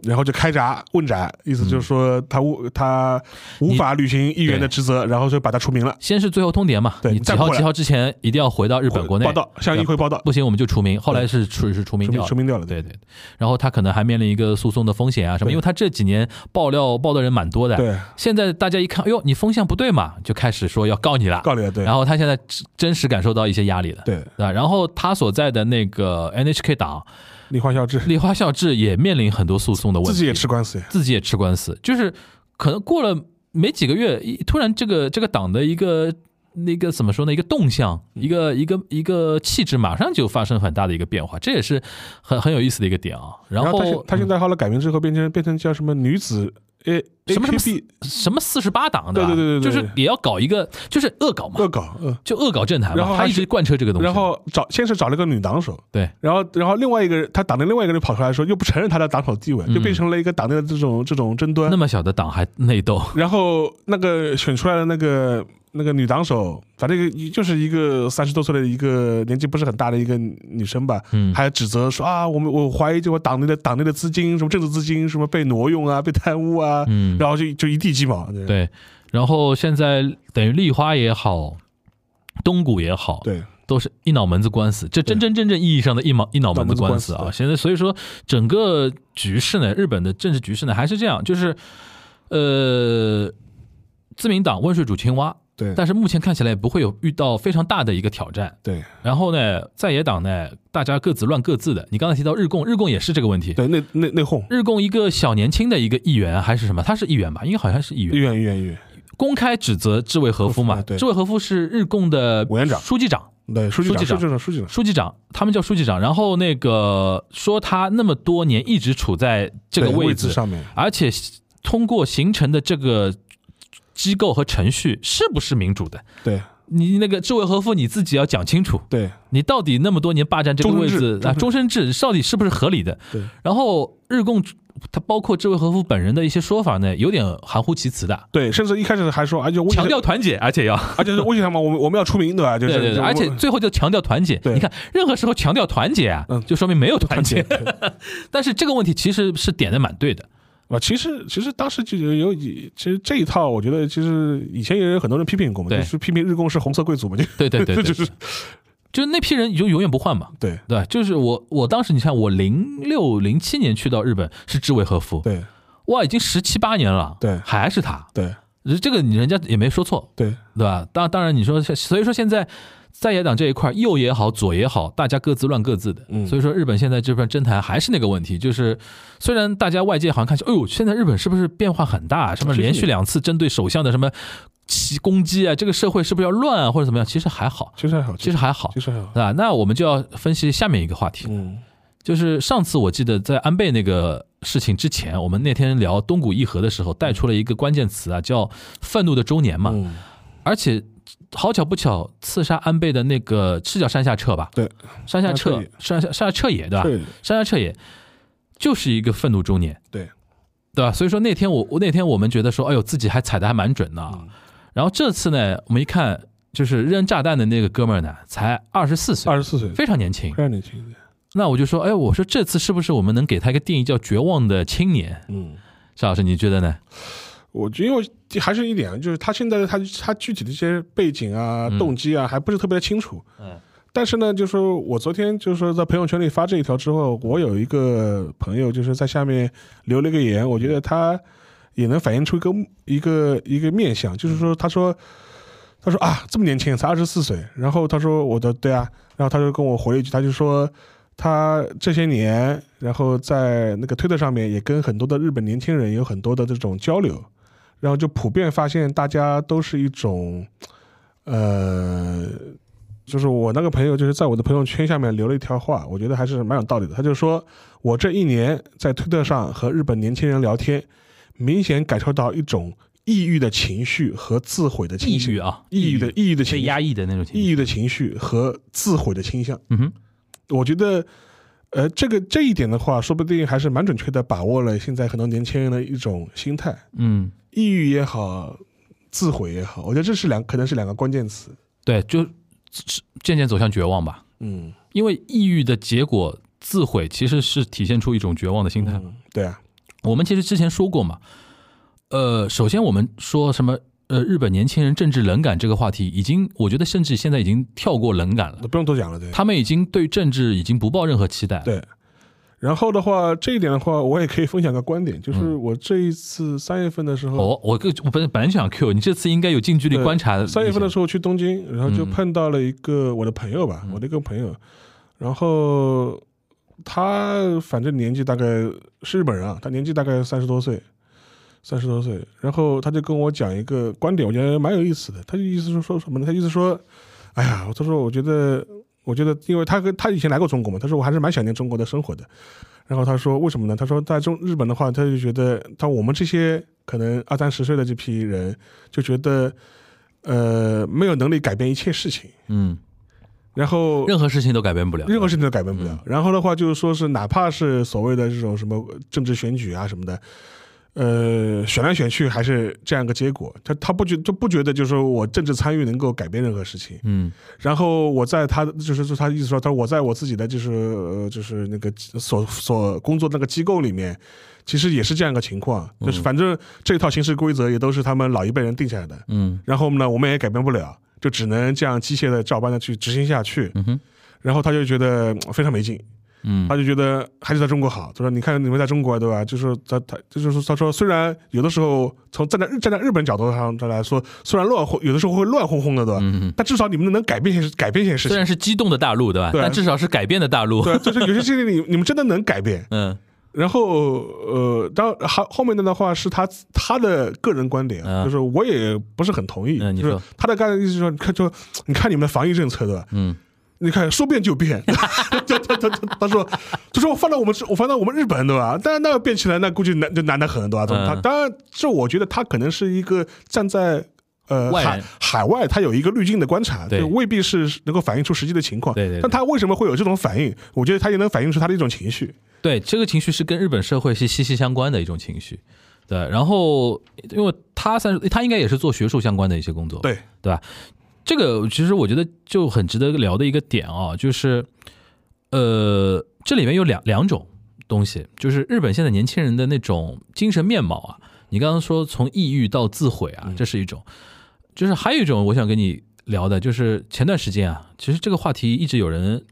Speaker 4: 然后就开闸问斩，意思就是说他无他无法履行议员的职责，然后就把他除名了。
Speaker 5: 先是最后通牒嘛，
Speaker 4: 对
Speaker 5: 你
Speaker 4: 你
Speaker 5: 几
Speaker 4: 再
Speaker 5: 号
Speaker 4: 过来
Speaker 5: 几号之前一定要回到日本国内
Speaker 4: 报道向议会报道，
Speaker 5: 不行我们就除名。后来是除是除名
Speaker 4: 除
Speaker 5: 掉
Speaker 4: 名
Speaker 5: 了，
Speaker 4: 除名掉了。
Speaker 5: 对对，然后他可能还面临一个诉讼的风险啊什么，
Speaker 4: 对
Speaker 5: 因为他这几年爆料爆的人蛮多的。
Speaker 4: 对，
Speaker 5: 现在大家一看，哎呦，你风向不对嘛，就开始说要告你了。
Speaker 4: 告你了，对，
Speaker 5: 然后他现在真真实感受到一些压力了，
Speaker 4: 对
Speaker 5: 吧？然后他所在的那个 NHK 党
Speaker 4: 立花孝志
Speaker 5: 立花孝志也面临很多诉讼的问题，
Speaker 4: 自己也吃官司，
Speaker 5: 自己也吃官司，就是可能过了没几个月，一突然这个这个党的一个那个怎么说呢，一个动向，
Speaker 4: 嗯
Speaker 5: 一个一个一个气质，马上就发生很大的一个变化，这也是很很有意思的一个点啊。然
Speaker 4: 然
Speaker 5: 后
Speaker 4: 后他现他现在后来改名之后变成变成叫什么女子 A
Speaker 5: 什么什么
Speaker 4: AKB
Speaker 5: 什么四十八党的，啊
Speaker 4: 对对对对对
Speaker 5: 就是也要搞一个，就是恶搞嘛
Speaker 4: 恶，搞，嗯，
Speaker 5: 就恶搞政坛
Speaker 4: 然后
Speaker 5: 嘛，
Speaker 4: 还
Speaker 5: 他一直
Speaker 4: 是
Speaker 5: 贯彻这个东西。
Speaker 4: 然后找先是找了个女党首，
Speaker 5: 对，
Speaker 4: 然后然后另外一个人他党内另外一个人跑出来说又不承认他的党首地
Speaker 5: 嗯
Speaker 4: 位，就变成了一个党内的这种这种争端
Speaker 5: 那。么小的党还
Speaker 4: *laughs*
Speaker 5: 内斗，
Speaker 4: 然后那个选出来的那个那个女党首，反正一个就是一个三十多岁的一个年纪不是很大的一个女生吧，
Speaker 5: 嗯
Speaker 4: 还指责说啊，我们我怀疑这个党内的党内的资金，什么政治资金，什么被挪用啊，被贪污啊，
Speaker 5: 嗯
Speaker 4: 然后就就一地鸡毛，对
Speaker 5: 对。然后现在等于立花也好，东谷也好，
Speaker 4: 对
Speaker 5: 都是一脑门子官司，这真真正正意义上的一脑一脑门子官司
Speaker 4: 脑
Speaker 5: 啊！
Speaker 4: 门子官司
Speaker 5: 现在所以说整个局势呢，日本的政治局势呢还是这样，就是呃，自民党温水煮青蛙，
Speaker 4: 对
Speaker 5: 但是目前看起来也不会有遇到非常大的一个挑战。
Speaker 4: 对
Speaker 5: 然后呢，在野党呢，大家各自乱各自的。你刚才提到日共，日共也是这个问题。
Speaker 4: 对，内内内讧，
Speaker 5: 日共一个小年轻的一个议员还是什么？他是议员吧？应该好像是议员
Speaker 4: 议。员议员议员，
Speaker 5: 公开指责志卫和夫嘛？
Speaker 4: 和夫啊对
Speaker 5: 志卫和夫是日共的
Speaker 4: 委员长
Speaker 5: 书记长。
Speaker 4: 对书记
Speaker 5: 书
Speaker 4: 长
Speaker 5: 记
Speaker 4: 书
Speaker 5: 长
Speaker 4: 记长书记长，
Speaker 5: 书记长，他们叫书记长。然后那个说他那么多年一直处在这个
Speaker 4: 对
Speaker 5: 位
Speaker 4: 位
Speaker 5: 置，
Speaker 4: 上面，
Speaker 5: 而且通过形成的这个机构和程序是不是民主的？
Speaker 4: 对
Speaker 5: 你那个志维和夫你自己要讲清楚，
Speaker 4: 对
Speaker 5: 你到底那么多年霸占这个位置
Speaker 4: 终身制
Speaker 5: 啊，终身制到底是不是合理的？
Speaker 4: 对。
Speaker 5: 然后日共他包括志维和夫本人的一些说法呢，有点含糊其辞的，
Speaker 4: 对，甚至一开始还说，而且威胁
Speaker 5: 强调团结，而且要
Speaker 4: 而且是威胁他们，我们我们要出名，对吧？就是
Speaker 5: 对对
Speaker 4: 就
Speaker 5: 对，而且最后就强调团结。
Speaker 4: 对
Speaker 5: 你看，任何时候强调团结啊，
Speaker 4: 嗯
Speaker 5: 就说明没有团结。
Speaker 4: 对
Speaker 5: 但是这个问题其实是点的蛮对的，
Speaker 4: 啊，其实其实当时就有有以，其实这一套，我觉得其实以前也有很多人批评过嘛，
Speaker 5: 对
Speaker 4: 就是批评日共是红色贵族嘛，就
Speaker 5: 对对对对，
Speaker 4: *laughs* 就
Speaker 5: 对
Speaker 4: 是
Speaker 5: 就是那批人你就永远不换嘛。
Speaker 4: 对
Speaker 5: 对，就是我，我当时你看，我零六零七年去到日本是知尾和夫，
Speaker 4: 对
Speaker 5: 哇，已经十七八年了，
Speaker 4: 对
Speaker 5: 还是他，
Speaker 4: 对
Speaker 5: 这个你人家也没说错，
Speaker 4: 对
Speaker 5: 对吧？当当然，你说，所以说现在在野党这一块，右也好，左也好，大家各自乱各自的。
Speaker 4: 嗯
Speaker 5: 所以说日本现在这边政坛还是那个问题，就是虽然大家外界好像看起来，哎呦，现在日本是不是变化很大？什么
Speaker 4: 是是
Speaker 5: 连续两次针对首相的什么袭攻击啊，这个社会是不是要乱啊，或者怎么样？其实还好，
Speaker 4: 其实还好，
Speaker 5: 其实还好
Speaker 4: 其。实还好，
Speaker 5: 啊，那我们就要分析下面一个话题，
Speaker 4: 嗯，
Speaker 5: 就是上次我记得在安倍那个事情之前，我们那天聊东谷义和的时候，带出了一个关键词啊，叫“愤怒的周年”嘛。
Speaker 4: 嗯
Speaker 5: 而且好巧不巧，刺杀安倍的那个是叫山下彻吧？
Speaker 4: 对，
Speaker 5: 山下彻，山下山下彻也对吧？
Speaker 4: 对
Speaker 5: 山下彻也就是一个愤怒中年，
Speaker 4: 对
Speaker 5: 对吧？所以说那天我我那天我们觉得说，哎呦，自己还踩的还蛮准的啊。然后这次呢，我们一看就是扔炸弹的那个哥们儿呢，才二十四岁，
Speaker 4: 二十四岁，非
Speaker 5: 非常年轻。
Speaker 4: 常年轻的，
Speaker 5: 那我就说，哎，我说这次是不是我们能给他一个定义叫绝望的青年？
Speaker 4: 嗯。
Speaker 5: 邵老师，你觉得呢？
Speaker 4: 我觉得因为还是一点，就是他现在他他具体的一些背景啊、动机啊，还不是特别的清楚。嗯。但是呢，就是说我昨天就是说在朋友圈里发这一条之后，我有一个朋友就是在下面留了一个言，我觉得他也能反映出一个一个一个面相，就是说他说他说啊这么年轻才二十四岁，然后他说我的对啊，然后他就跟我回了一句，他就说他这些年，然后在那个推特上面也跟很多的日本年轻人有很多的这种交流，然后就普遍发现大家都是一种，呃，就是我那个朋友就是在我的朋友圈下面留了一条话，我觉得还是蛮有道理的。他就说我这一年在推特上和日本年轻人聊天，明显感受到一种抑郁的情绪和自毁的
Speaker 5: 抑
Speaker 4: 情绪
Speaker 5: 郁，啊，
Speaker 4: 抑郁的抑郁的情
Speaker 5: 被
Speaker 4: 绪
Speaker 5: 压抑的那种情
Speaker 4: 抑
Speaker 5: 绪。
Speaker 4: 郁的情绪和自毁的倾向。
Speaker 5: 嗯哼，
Speaker 4: 我觉得，呃，这个这一点的话，说不定还是蛮准确的把握了现在很多年轻人的一种心态，
Speaker 5: 嗯，
Speaker 4: 抑郁也好，自毁也好，我觉得这是两可能是两个关键词。
Speaker 5: 对，就渐渐走向绝望吧。
Speaker 4: 嗯，
Speaker 5: 因为抑郁的结果，自毁其实是体现出一种绝望的心态。
Speaker 4: 对啊，
Speaker 5: 我们其实之前说过嘛，呃，首先我们说什么呃，日本年轻人政治冷感这个话题，已经我觉得甚至现在已经跳过冷感了，
Speaker 4: 不用多讲了，对。
Speaker 5: 他们已经对政治已经不抱任何期待了。
Speaker 4: 对。然后的话，这一点的话，我也可以分享个观点，就是
Speaker 5: 嗯
Speaker 4: 我这一次三月份的时候，
Speaker 5: 哦，我个我本来本来就想 Q 你，这次应该有近距离
Speaker 4: 对
Speaker 5: 观察一些。
Speaker 4: 三月份的时候去东京，然后就
Speaker 5: 嗯
Speaker 4: 碰到了一个我的朋友吧，我的一个朋友，然后他反正年纪大概是日本人啊，他年纪大概三十多岁，三十多岁，然后他就跟我讲一个观点，我觉得蛮有意思的。他就意思是说什么呢？他意思说，哎呀，他说我觉得，我觉得，因为他跟他以前来过中国嘛，他说我还是蛮想念中国的生活的。然后他说为什么呢？他说在中日本的话，他就觉得，他我们这些可能二三十岁的这批人就觉得，呃，没有能力改变一切事情，
Speaker 5: 嗯，
Speaker 4: 然后
Speaker 5: 任何嗯事情都改变不了。
Speaker 4: 任何事情都改变不了。然后的话，就是说是哪怕是所谓的这种什么政治选举啊什么的，呃，选来选去还是这样一个结果。他他不觉就不觉得就是说我政治参与能够改变任何事情。
Speaker 5: 嗯
Speaker 4: 然后我在他就是说他意思说他我在我自己的就是呃就是那个所所工作的那个机构里面，其实也是这样一个情况，
Speaker 5: 嗯
Speaker 4: 就是反正这套行事规则也都是他们老一辈人定下来的。
Speaker 5: 嗯
Speaker 4: 然后呢，我们也改变不了，就只能这样机械的照搬的去执行下去。
Speaker 5: 嗯哼
Speaker 4: 然后他就觉得嗯非常没劲，
Speaker 5: 嗯
Speaker 4: 他就觉得还是在中国好。他说：“你看你们在中国，对吧？就是他他就是说他说，虽然有的时候从站在日站在日本角度上来说，虽然乱哄，有的时候会乱哄哄的，对吧？
Speaker 5: 嗯，
Speaker 4: 但至少你们能改变一些改变一些事
Speaker 5: 虽
Speaker 4: 情
Speaker 5: 然。是激动的大陆，对吧？
Speaker 4: 对
Speaker 5: 但至少是改变的大陆。
Speaker 4: 对，啊就是有些事情你你们真的能改变。
Speaker 5: 嗯
Speaker 4: 然后呃，当还后面的的话是他他的个人观点啊，
Speaker 5: 嗯
Speaker 4: 就是我也不是很同意。
Speaker 5: 嗯你
Speaker 4: 就是
Speaker 5: 说
Speaker 4: 他的概念意思是说，你看就你看你们的防疫政策，对吧？
Speaker 5: 嗯
Speaker 4: 你看说变就
Speaker 5: *laughs*
Speaker 4: 变，他他他他他说，他说我放到我们我放到我们日本对吧？但那要变起来，那估计难就难得很，对吧？
Speaker 5: 嗯
Speaker 4: 他当然，这我觉得他可能是一个站在呃
Speaker 5: 外人
Speaker 4: 海海外，他有一个滤镜的观察，
Speaker 5: 对
Speaker 4: 就未必是能够反映出实际的情况。
Speaker 5: 对对对
Speaker 4: 但他为什么会有这种反应？我觉得他也能反映出他的一种情绪。
Speaker 5: 对，这个情绪是跟日本社会是息息相关的一种情绪。对，然后因为他算是他应该也是做学术相关的一些工作，
Speaker 4: 对，
Speaker 5: 对吧？这个其实我觉得就很值得聊的一个点啊，就是呃，这里面有两两种东西，就是日本现在年轻人的那种精神面貌啊。你刚刚说从抑郁到自毁啊，这是一种，就是还有一种我想跟你聊的，就是前段时间啊，其实这个话题一直有人。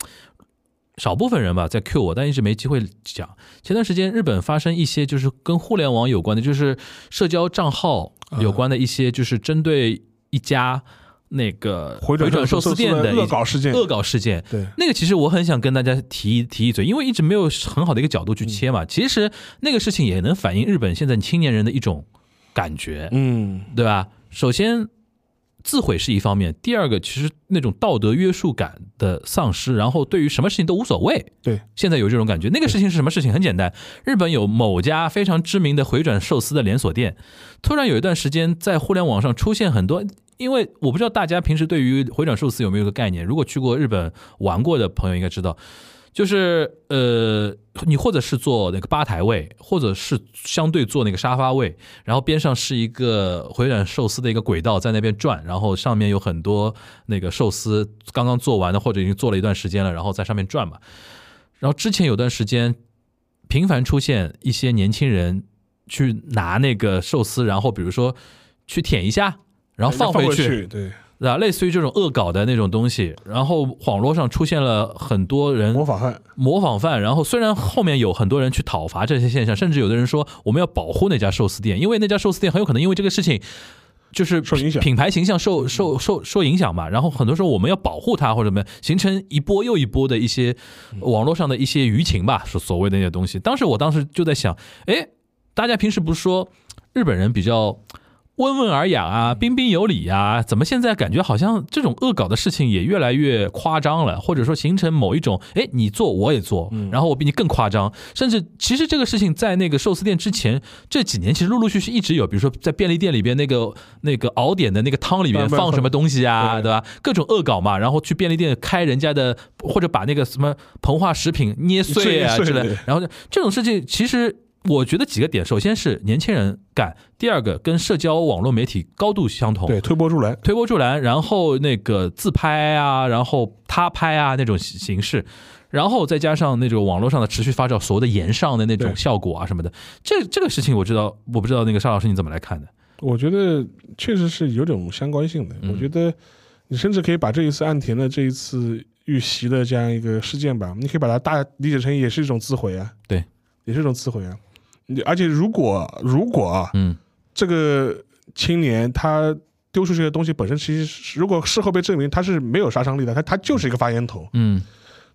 Speaker 5: 少部分人吧，在 Q 我，但一直没机会讲。前段时间，日本发生一些就是跟互联网有关的，就是社交账号有关的一些，就是针对一家那个
Speaker 4: 回转
Speaker 5: 转寿司店的一
Speaker 4: 恶搞事件，
Speaker 5: 恶搞事件。
Speaker 4: 对
Speaker 5: 那个其实我很想跟大家提一提一嘴，因为一直没有很好的一个角度去切
Speaker 4: 嗯
Speaker 5: 嘛。其实那个事情也能反映日本现在青年人的一种感觉，
Speaker 4: 嗯，
Speaker 5: 对吧？首先，自毁是一方面；第二个，其实那种道德约束感的丧失，然后对于什么事情都无所谓。
Speaker 4: 对，
Speaker 5: 现在有这种感觉。那个事情是什么事情？很简单，日本有某家非常知名的回转寿司的连锁店，突然有一段时间在互联网上出现很多。因为我不知道大家平时对于回转寿司有没有一个概念，如果去过日本玩过的朋友应该知道，就是呃，你或者是坐那个吧台位，或者是相对坐那个沙发位，然后边上是一个回转寿司的一个轨道在那边转，然后上面有很多那个寿司刚刚做完的或者已经做了一段时间了，然后在上面转嘛。然后之前有段时间频繁出现一些年轻人去拿那个寿司，然后比如说去舔一下，然后放
Speaker 4: 回
Speaker 5: 回去，
Speaker 4: 对，
Speaker 5: 对吧？类似于这种恶搞的那种东西，然后网络上出现了很多人
Speaker 4: 模仿犯，
Speaker 5: 模仿犯，然后虽然后面有很多人去讨伐这些现象，甚至有的人说我们要保护那家寿司店，因为那家寿司店很有可能因为这个事情。就是
Speaker 4: 受影响
Speaker 5: 品牌形象受受受受影响嘛。然后很多时候我们要保护它或者怎么样，形成一波又一波的一些网络上的一些舆情吧，所所谓的那些东西。当时我当时就在想，哎，大家平时不是说日本人比较温文尔雅
Speaker 4: 嗯
Speaker 5: 啊，彬彬有礼啊，怎么现在感觉好像这种恶搞的事情也越来越夸张了，或者说形成某一种，哎，你做我也做，
Speaker 4: 嗯
Speaker 5: 然后我比你更夸张，甚至其实这个事情在那个寿司店之前这几年，其实陆陆续续一直有，比如说在便利店里边那个那个熬点的那个汤里
Speaker 4: 慢
Speaker 5: 面
Speaker 4: 慢
Speaker 5: 放什么
Speaker 4: 放
Speaker 5: 东西啊，
Speaker 4: 对
Speaker 5: 对吧？各种恶搞嘛，然后去便利店开人家的，或者把那个什么膨化食品捏碎啊
Speaker 4: 碎
Speaker 5: 之类
Speaker 4: 对
Speaker 5: 的，然后这种事情其实。我觉得几个点，首先是年轻人感，第二个跟社交网络媒体高度相同，
Speaker 4: 对，推波助澜，
Speaker 5: 推波助澜，然后那个自拍啊，然后他拍啊那种形形式，然后再加上那种网络上的持续发酵，所谓的延上的那种
Speaker 4: 对
Speaker 5: 效果啊什么的，这这个事情我知道，我不知道那个沙老师你怎么来看的？
Speaker 4: 我觉得确实是有种相关性的。
Speaker 5: 嗯
Speaker 4: 我觉得你甚至可以把这一次岸田的这一次遇袭的这样一个事件吧，你可以把它大理解成也是一种自毁啊，
Speaker 5: 对，
Speaker 4: 也是一种自毁啊。你而且如果如果啊，
Speaker 5: 嗯，
Speaker 4: 这个青年他丢出去的东西本身，其实是如果事后被证明他是没有杀伤力的，他他就是一个发烟筒，
Speaker 5: 嗯，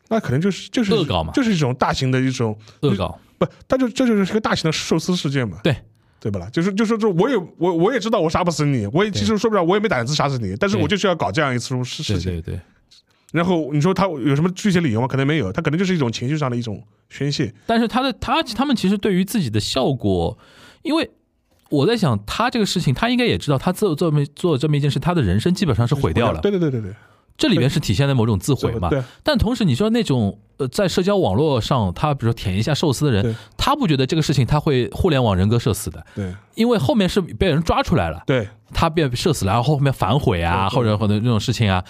Speaker 4: 那可能就是就是
Speaker 5: 恶搞嘛
Speaker 4: 就是一种大型的一种
Speaker 5: 恶搞，
Speaker 4: 不，他就这就是一个大型的寿司事件嘛。
Speaker 5: 对，
Speaker 4: 对吧啦？就是就是这，我也我我也知道我杀不死你，我也其实说不了，我也没胆子杀死你，但是
Speaker 5: 对
Speaker 4: 我就是要搞这样一次事
Speaker 5: 对
Speaker 4: 事情。
Speaker 5: 对对，
Speaker 4: 然后你说他有什么具体理由吗？可能没有，他可能就是一种情绪上的一种宣泄。
Speaker 5: 但是他的他他们其实对于自己的效果，因为。我在想，他这个事情，他应该也知道，他做做么做这么一件事，他的人生基本上是毁掉了。
Speaker 4: 对对对对对，
Speaker 5: 这里面是体现了某种自毁嘛？
Speaker 4: 对
Speaker 5: 但同时，你说那种呃，在社交网络上，他比如说舔一下寿司的
Speaker 4: 对
Speaker 5: 人，他不觉得这个事情他会互联网人格社死的，
Speaker 4: 对
Speaker 5: 因为后面是被人抓出来了，
Speaker 4: 对，
Speaker 5: 他被社死了，然后后面反悔
Speaker 4: 对
Speaker 5: 啊，
Speaker 4: 对
Speaker 5: 或者或者这种事情啊，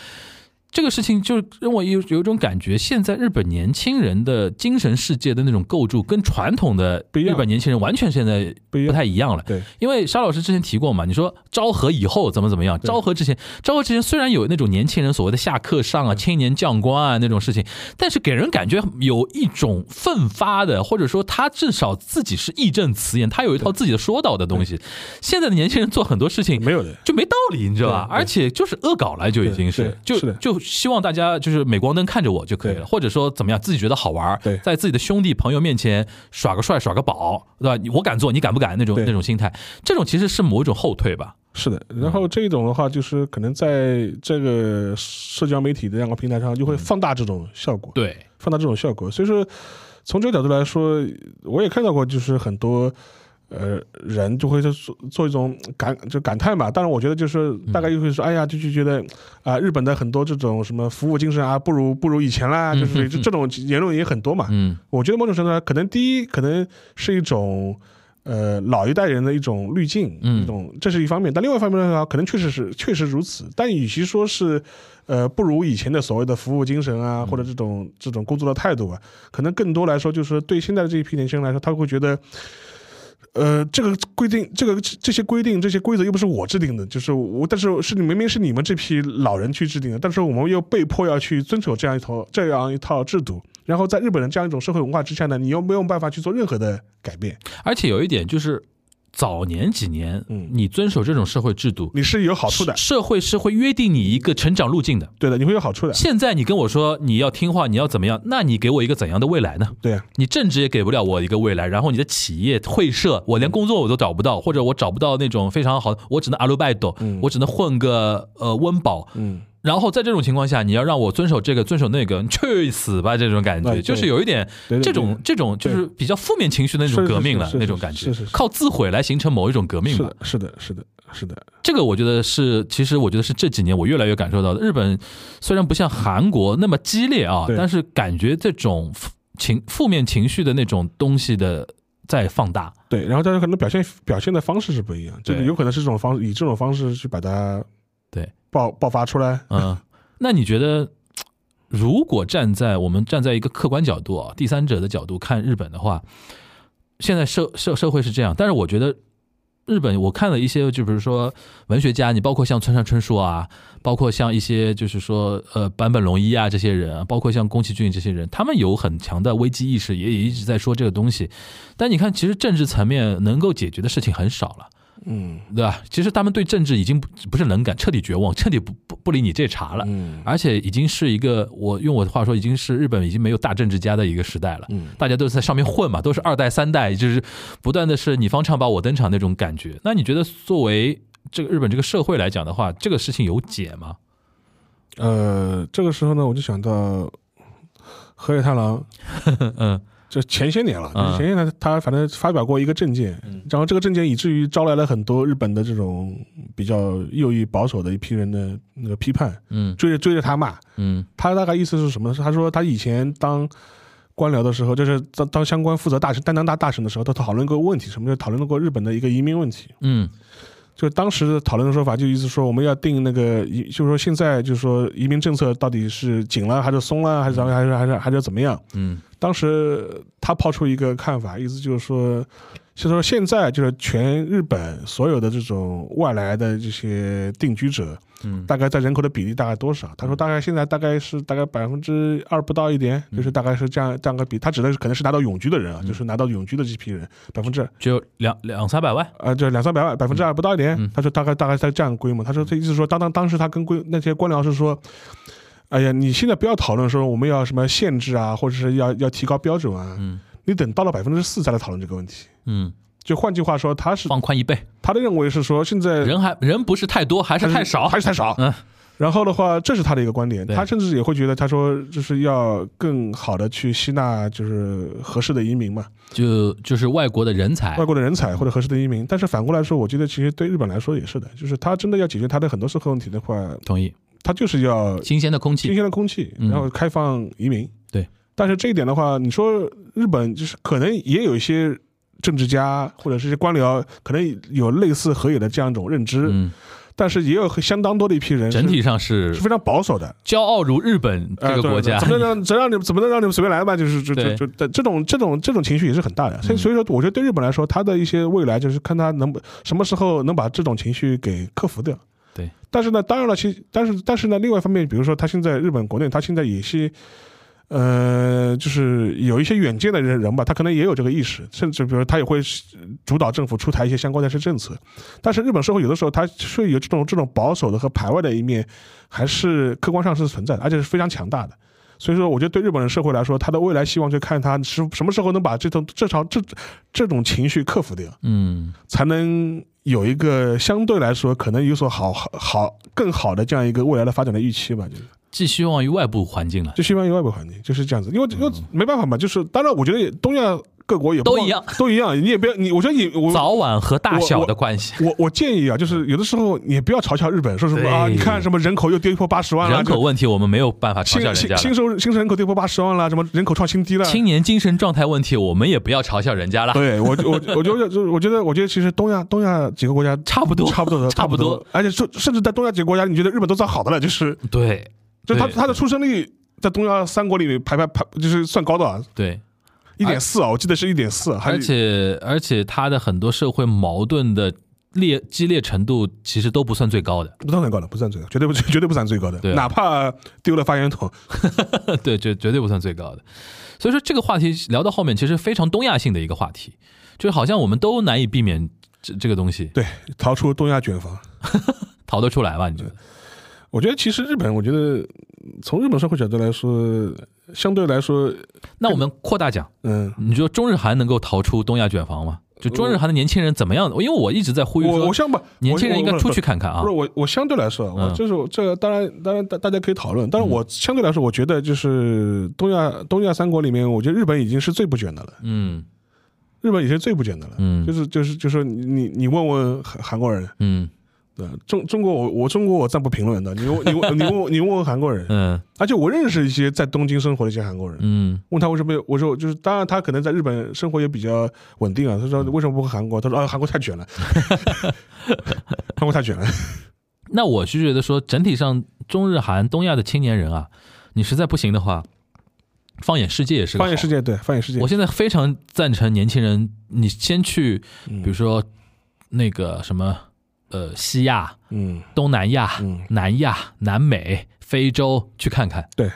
Speaker 5: 这个事情就让我有有一种感觉，现在日本年轻人的精神世界的那种构筑跟传统的
Speaker 4: 不一
Speaker 5: 日
Speaker 4: 样
Speaker 5: 本年轻人完全现在
Speaker 4: 不一
Speaker 5: 不
Speaker 4: 样。
Speaker 5: 太一样了。
Speaker 4: 对，
Speaker 5: 因为沙老师之前提过嘛，你说昭和以后怎么怎么样？昭和之前，昭和之前虽然有那种年轻人所谓的下课上
Speaker 4: 嗯
Speaker 5: 啊、青年将官啊那种事情，但是给人感觉有一种奋发的，或者说他至少自己是义正辞严，他有一套自己的说道的东西。现在的年轻人做很多事情
Speaker 4: 没有的。
Speaker 5: 就没道理，你知道吧？
Speaker 4: 对对
Speaker 5: 而且就是恶搞了，就已经是
Speaker 4: 对，
Speaker 5: 就是
Speaker 4: 的
Speaker 5: 就希望大家就是镁光灯看着我就可以了，
Speaker 4: 对
Speaker 5: 或者说怎么样，自己觉得好玩儿
Speaker 4: 对
Speaker 5: 在自己的兄弟朋友面前耍个帅、耍个宝，对吧？你我敢做，你敢不敢？那种
Speaker 4: 对
Speaker 5: 那种心态，这种其实是某种后退吧。
Speaker 4: 是的，然后这种的话，就是可能在这个社交媒体的两个平台上，就
Speaker 5: 嗯
Speaker 4: 会放大这种效果。
Speaker 5: 对，
Speaker 4: 放大这种效果。所以说，从这个角度来说，我也看到过，就是很多呃人就会做做一种感就感叹吧。当然，我觉得就是
Speaker 5: 嗯
Speaker 4: 大概就会说，哎呀，就就觉得啊、日本的很多这种什么服务精神啊，不如不如以前啦，就是这这种言论也很多嘛。
Speaker 5: 嗯，
Speaker 4: 我觉得某种程度上，可能第一可能是一种。呃，老一代人的一种滤镜，
Speaker 5: 嗯
Speaker 4: 一种这是一方面，但另外一方面的话，可能确实是确实如此。但与其说是，呃，不如以前的所谓的服务精神啊，或者这种这种工作的态度啊，可能更多来说，就是对现在的这一批年轻人来说，他会觉得，呃，这个规定，这个这些规定，这些规则又不是我制定的，就是我，但是是你明明是你们这批老人去制定的，但是我们又被迫要去遵守这样一套这样一套制度。然后在日本的这样一种社会文化之下呢，你又没有办法去做任何的改变，
Speaker 5: 而且有一点就是，早年几年，
Speaker 4: 嗯
Speaker 5: 你遵守这种社会制度，
Speaker 4: 你是有好处的，
Speaker 5: 社会是会约定你一个成长路径的。
Speaker 4: 对的，你会有好处的，
Speaker 5: 现在你跟我说你要听话，你要怎么样？那你给我一个怎样的未来呢？
Speaker 4: 对啊，
Speaker 5: 你政治也给不了我一个未来，然后你的企业会社，我连工作我都找不到，或者我找不到那种非常好，我只能阿鲁拜斗，我只能混个呃温饱。
Speaker 4: 嗯，
Speaker 5: 然后在这种情况下，你要让我遵守这个遵守那个，你去死吧！这种感
Speaker 4: 哎
Speaker 5: 觉
Speaker 4: 对
Speaker 5: 就是有一点
Speaker 4: 对对对
Speaker 5: 这种这种就是比较负面情绪的那种
Speaker 4: 是是
Speaker 5: 革命了
Speaker 4: 是是
Speaker 5: 那种感觉
Speaker 4: 是是是，
Speaker 5: 靠自毁来形成某一种革命
Speaker 4: 是
Speaker 5: 吧
Speaker 4: 的。，是的，是的，是的，
Speaker 5: 这个我觉得是，其实我觉得是这几年我越来越感受到的。日本虽然不像韩国那么激烈啊，
Speaker 4: 对
Speaker 5: 但是感觉这种负情负面情绪的那种东西的在放大。
Speaker 4: 对，然后但是可能表现表现的方式是不一样，这个
Speaker 5: 对
Speaker 4: 有可能是这种方式，以这种方式去把它
Speaker 5: 对
Speaker 4: 爆爆发出来，
Speaker 5: 嗯，那你觉得，如果站在我们站在一个客观角度啊，第三者的角度看日本的话，现在社社社会是这样，但是我觉得日本，我看了一些，就比如说文学家，你包括像村上春树啊，包括像一些就是说呃坂本龙一啊这些人啊，包括像宫崎骏这些人，他们有很强的危机意识，也也一直在说这个东西。但你看，其实政治层面能够解决的事情很少了。
Speaker 4: 嗯
Speaker 5: 对吧？其实他们对政治已经不不是冷感，彻底绝望，彻底不不不理你这茬了。
Speaker 4: 嗯
Speaker 5: 而且已经是一个，我用我的话说，已经是日本已经没有大政治家的一个时代了。
Speaker 4: 嗯
Speaker 5: 大家都是在上面混嘛，都是二代三代，就是不断的是你方唱罢我登场那种感觉。那你觉得作为这个日本这个社会来讲的话，这个事情有解吗？
Speaker 4: 呃，这个时候呢，我就想到河野太郎，
Speaker 5: *laughs* 嗯
Speaker 4: 这前些年了，
Speaker 5: 嗯
Speaker 4: 前些年他反正发表过一个政见，然后这个政见以至于招来了很多日本的这种比较右翼保守的一批人的那个批判，
Speaker 5: 嗯
Speaker 4: 追着追着他骂，
Speaker 5: 嗯
Speaker 4: 他大概意思是什么呢？是他说他以前当官僚的时候，就是当当相关负责大臣担当大大臣的时候，都讨论过问题，什么就是讨论过日本的一个移民问题。
Speaker 5: 嗯
Speaker 4: 就当时的讨论的说法，就意思说我们要定那个移，就是说现在就是说移民政策到底是紧了还是松了，还是还是还是还是怎么样？
Speaker 5: 嗯
Speaker 4: 当时他抛出一个看法，意思就是说，就是说现在就是全日本所有的这种外来的这些定居者，
Speaker 5: 嗯
Speaker 4: 大概在人口的比例大概多少？他说大概现在大概是大概百分之二不到一点，
Speaker 5: 嗯
Speaker 4: 就是大概是这样这样个比。他指的是可能是拿到永居的人啊，就是拿到永居的这批人，百分之
Speaker 5: 只有两两三百万，
Speaker 4: 啊，就两三百万，百分之二不到一点。
Speaker 5: 嗯
Speaker 4: 他说大概大概在这样规模。他说这意思是说，当当当时他跟规那些官僚是说，哎呀，你现在不要讨论说我们要什么限制啊，或者是要要提高标准啊，
Speaker 5: 嗯
Speaker 4: 你等到了百分之四再来讨论这个问题。
Speaker 5: 嗯，
Speaker 4: 就换句话说，他是
Speaker 5: 放宽一倍，
Speaker 4: 他的认为是说，现在
Speaker 5: 人还人不是太多，还是太少，
Speaker 4: 还是太少。
Speaker 5: 嗯
Speaker 4: 然后的话，这是他的一个观点，
Speaker 5: 对
Speaker 4: 他甚至也会觉得，他说就是要更好的去吸纳就是合适的移民嘛，
Speaker 5: 就就是外国的人才
Speaker 4: 外，国的人才或者合适的移民。但是反过来说，我觉得其实对日本来说也是的，就是他真的要解决他的很多社会问题的话，
Speaker 5: 同意，
Speaker 4: 他就是要
Speaker 5: 新鲜的空
Speaker 4: 新
Speaker 5: 气，
Speaker 4: 鲜的空气，
Speaker 5: 嗯
Speaker 4: 然后开放移民。
Speaker 5: 对，
Speaker 4: 但是这一点的话，你说日本就是可能也有一些政治家或者是一些官僚，可能有类似河野的这样一种认知，
Speaker 5: 嗯，
Speaker 4: 但是也有相当多的一批人是
Speaker 5: 整体上是哎
Speaker 4: 是非常保守的。
Speaker 5: 骄傲如日本
Speaker 4: 呃
Speaker 5: 这个
Speaker 4: 对
Speaker 5: 国
Speaker 4: 对
Speaker 5: 家
Speaker 4: 怎，么能让怎么让你们怎么能让你们随便来吧？就是就
Speaker 5: 对
Speaker 4: 就就这种这种这种情绪也是很大的，所以
Speaker 5: 嗯
Speaker 4: 所以说，我觉得对日本来说，他的一些未来就是看他能不什么时候能把这种情绪给克服掉。
Speaker 5: 对，
Speaker 4: 但是呢，当然了，其但是但是呢，另外一方面，比如说他现在日本国内，他现在也是。呃，就是有一些远见的人人吧，他可能也有这个意识，甚至比如他也会主导政府出台一些相关的一些政策。但是日本社会有的时候它是有这种这种保守的和排外的一面，还是客观上是存在的，而且是非常强大的。所以说，我觉得对日本人社会来说，他的未来希望就看他是什么时候能把这种这场这这种情绪克服掉，
Speaker 5: 嗯。
Speaker 4: 才能有一个相对来说可能有所好好好更好的这样一个未来的发展的预期吧，就是
Speaker 5: 寄希望于外部环境了，
Speaker 4: 就西方有外部环境就是这样子，因为因为没办法嘛，就是当然，我觉得也东亚各国也不
Speaker 5: 嗯都一样，
Speaker 4: *laughs* 都一样，你也不要你，我觉得你我
Speaker 5: 早晚和大小的关系，
Speaker 4: 我我建议啊，就是有的时候你也不要嘲笑日本，说什么
Speaker 5: 对
Speaker 4: 啊，你看什么人口又跌破八十万了，
Speaker 5: 人口问题我们没有办法嘲
Speaker 4: 新
Speaker 5: 笑人
Speaker 4: 新
Speaker 5: 家
Speaker 4: 新
Speaker 5: 了。
Speaker 4: 收新收人口跌破八十万了，什么人口创新低了。
Speaker 5: 青年精神状态问题，我们也不要嘲笑人家 *laughs* 了。
Speaker 4: 对我我我觉得就是我觉得我觉得其实东亚东亚几个国家
Speaker 5: 差不多
Speaker 4: 差不多的
Speaker 5: 差不多，
Speaker 4: 而且甚甚至在东亚几个国家，你觉得日本都算好的了，就是
Speaker 5: 对，
Speaker 4: 就它
Speaker 5: 对
Speaker 4: 它的出生率在东亚三国里排排排就是算高的啊，
Speaker 5: 对，
Speaker 4: 一点四啊，我记得是一点四，还
Speaker 5: 而且而且他的很多社会矛盾的烈激烈程度其实都不算最高的， *laughs*
Speaker 4: 不算最高的，不算最高，绝对不绝对不算最高的
Speaker 5: 对，啊
Speaker 4: 哪怕丢了发言筒，
Speaker 5: 对，绝绝对不算最高的。所以说这个话题聊到后面，其实非常东亚性的一个话题，就是好像我们都难以避免这这个东西
Speaker 4: 对，逃出东亚卷房。
Speaker 5: 逃得出来吧？你觉得？
Speaker 4: 我觉得其实日本，我觉得从日本社会角度来说，相对来说，
Speaker 5: 那我们扩大讲，
Speaker 4: 嗯，
Speaker 5: 你觉得中日韩能够逃出东亚卷房吗？就中日韩的年轻人怎么样？因为我一直在呼吁
Speaker 4: 我
Speaker 5: 说
Speaker 4: 我，相不，
Speaker 5: 年轻人
Speaker 4: 我
Speaker 5: 应该出去。看看
Speaker 4: 我
Speaker 5: 啊
Speaker 4: 不是。我，我相对来说，啊我
Speaker 5: 嗯
Speaker 4: 就是我这个当然当然大大家可以讨论，但是我相对来说，我觉得就是东亚东亚三国里面，我觉得日本已经是最不卷的了，
Speaker 5: 嗯
Speaker 4: 日本已经是最不卷的了。
Speaker 5: 嗯
Speaker 4: 就是就是就是你你你问问韩韩国人，
Speaker 5: 嗯
Speaker 4: 对吧中中国我我中国我暂不评论的，你问你问你问你问问韩国人，
Speaker 5: 嗯
Speaker 4: 而且我认识一些在东京生活的一些韩国人，
Speaker 5: 嗯
Speaker 4: 问他为什么有，我说就是当然他可能在日本生活也比较稳定啊。他
Speaker 5: 嗯
Speaker 4: 说为什么不回韩国？他说啊，韩国太卷
Speaker 5: *laughs*
Speaker 4: 了，韩国太卷了。
Speaker 5: 那我是觉得说，整体上中日韩东亚的青年人啊，你实在不行的话，放眼世界也是个
Speaker 4: 放眼
Speaker 5: 好
Speaker 4: 世。界，对，放眼世界
Speaker 5: 我，现在非常赞成年轻人，你先去，
Speaker 4: 嗯
Speaker 5: 比如说那个什么，呃，西亚、
Speaker 4: 嗯
Speaker 5: 东南亚、
Speaker 4: 嗯，
Speaker 5: 南亚、南美、非洲去看看，
Speaker 4: 对，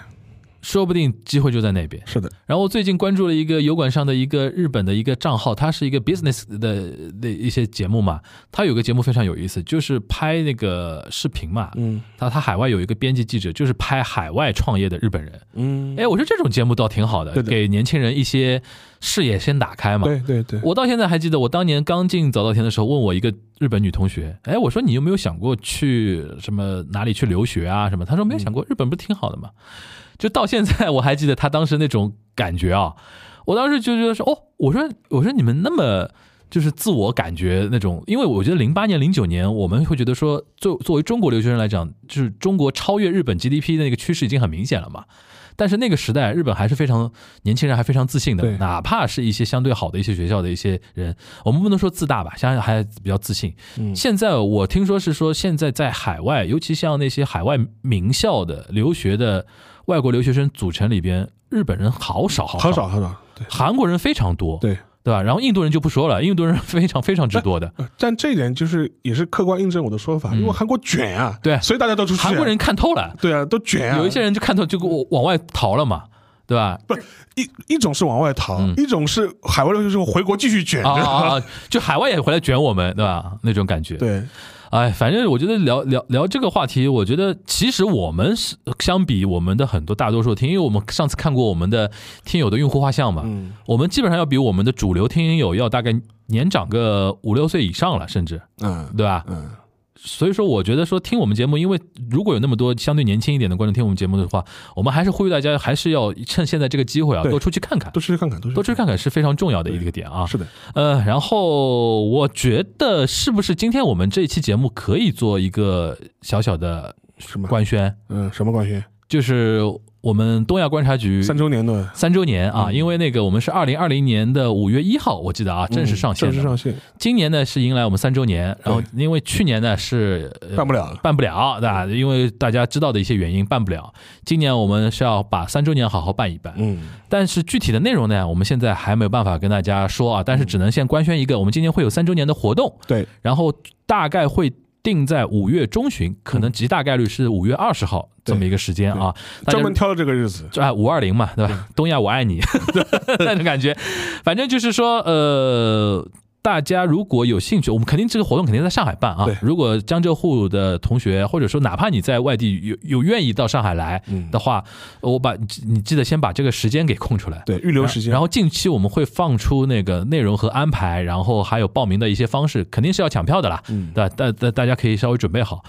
Speaker 5: 说不定机会就在那边。
Speaker 4: 是的，
Speaker 5: 然后我最近关注了一个油管上的一个日本的一个账号，它是一个 business 的的一些节目嘛，它有个节目非常有意思，就是拍那个视频嘛。
Speaker 4: 嗯
Speaker 5: 它它海外有一个编辑记者，就是拍海外创业的日本人。
Speaker 4: 嗯，
Speaker 5: 哎，我觉得这种节目倒挺好的，
Speaker 4: 对的
Speaker 5: 给年轻人一些视野先打开嘛。
Speaker 4: 对对对，
Speaker 5: 我到现在还记得，我当年刚进早稻田的时候，问我一个日本女同学，哎，我说你有没有想过去什么哪里去留学啊什么？她说没有想过，日本不是挺好的吗？就到现在我还记得她当时那种感觉啊，我当时就觉得说，哦，我说我说你们那么。就是自我感觉那种，因为我觉得零八年、零九年，我们会觉得说，作作为中国留学生来讲，就是中国超越日本 GDP 的那个趋势已经很明显了嘛。但是那个时代，日本还是非常年轻人还非常自信的
Speaker 4: 对，
Speaker 5: 哪怕是一些相对好的一些学校的一些人，我们不能说自大吧，想想还比较自信。
Speaker 4: 嗯
Speaker 5: 现在我听说是说，现在在海外，尤其像那些海外名校的留学的外国留学生组成里边，日本人好少好
Speaker 4: 很少很少。对，
Speaker 5: 韩国人非常多，
Speaker 4: 对
Speaker 5: 对吧？然后印度人就不说了，印度人非常非常之多的，
Speaker 4: 呃但这一点就是也是客观印证我的说法，因为韩国卷啊，
Speaker 5: 嗯对
Speaker 4: 所以大家都出去啊。
Speaker 5: 韩国人看透了，
Speaker 4: 对啊，都卷啊。
Speaker 5: 有一些人就看透就往往外逃了嘛，对吧？
Speaker 4: 不一一种是往外逃，
Speaker 5: 嗯
Speaker 4: 一种是海外留学生回国继续卷。
Speaker 5: 啊
Speaker 4: 你知道吗
Speaker 5: 啊啊！啊就海外也回来卷我们， *laughs* 对吧？那种感觉。
Speaker 4: 对，
Speaker 5: 哎，反正我觉得聊聊聊这个话题，我觉得其实我们是相比我们的很多大多数听，因为我们上次看过我们的听友的用户画像嘛，
Speaker 4: 嗯
Speaker 5: 我们基本上要比我们的主流听友要大概年长个五六岁以上了，甚至
Speaker 4: 嗯
Speaker 5: 对吧？
Speaker 4: 嗯，
Speaker 5: 所以说，我觉得说听我们节目，因为如果有那么多相对年轻一点的观众听我们节目的话，我们还是呼吁大家，还是要趁现在这个机会啊，
Speaker 4: 对
Speaker 5: 多出去看看
Speaker 4: 都，出去看看，都
Speaker 5: 多出去看看是非常重要的一个点啊。
Speaker 4: 是的，
Speaker 5: 呃，然后我觉得是不是今天我们这一期节目可以做一个小小的
Speaker 4: 什么？
Speaker 5: 官宣，
Speaker 4: 嗯，什么关系？
Speaker 5: 就是我们东亚观察局
Speaker 4: 三周年嗯的
Speaker 5: 三周年啊，因为那个我们是二零二零年的五月一号，我记得啊，正式上
Speaker 4: 嗯
Speaker 5: 线
Speaker 4: 正
Speaker 5: 的。
Speaker 4: 式上线，
Speaker 5: 今年呢是迎来我们三周年，然后因为去年呢是、呃
Speaker 4: 办不了。
Speaker 5: 办不了，对吧？因为大家知道的一些原因办不了。今年我们是要把三周年好好办一办，
Speaker 4: 嗯，
Speaker 5: 但是具体的内容呢，我们现在还没有办法跟大家说啊，但是只能先官宣一个，我们今年会有三周年的活动，
Speaker 4: 对，
Speaker 5: 然后大概会定在五月中旬，可能极大概率是五月二十号这么一个时间啊。大家
Speaker 4: 专门挑了这个日子。
Speaker 5: 哎，五二零嘛，对吧？东亚
Speaker 4: *laughs*
Speaker 5: 我爱你那种感觉，反正就是说，呃，大家如果有兴趣，我们肯定这个活动肯定在上海办啊
Speaker 4: 对。
Speaker 5: 如果江浙沪的同学，或者说哪怕你在外地有有愿意到上海来
Speaker 4: 嗯
Speaker 5: 的话，我把你记得先把这个时间给空出来。
Speaker 4: 对，预留时间。
Speaker 5: 嗯然后近期我们会放出那个内容和安排，然后还有报名的一些方式，肯定是要抢票的啦。
Speaker 4: 嗯，
Speaker 5: 对，大大大家可以稍微准备好。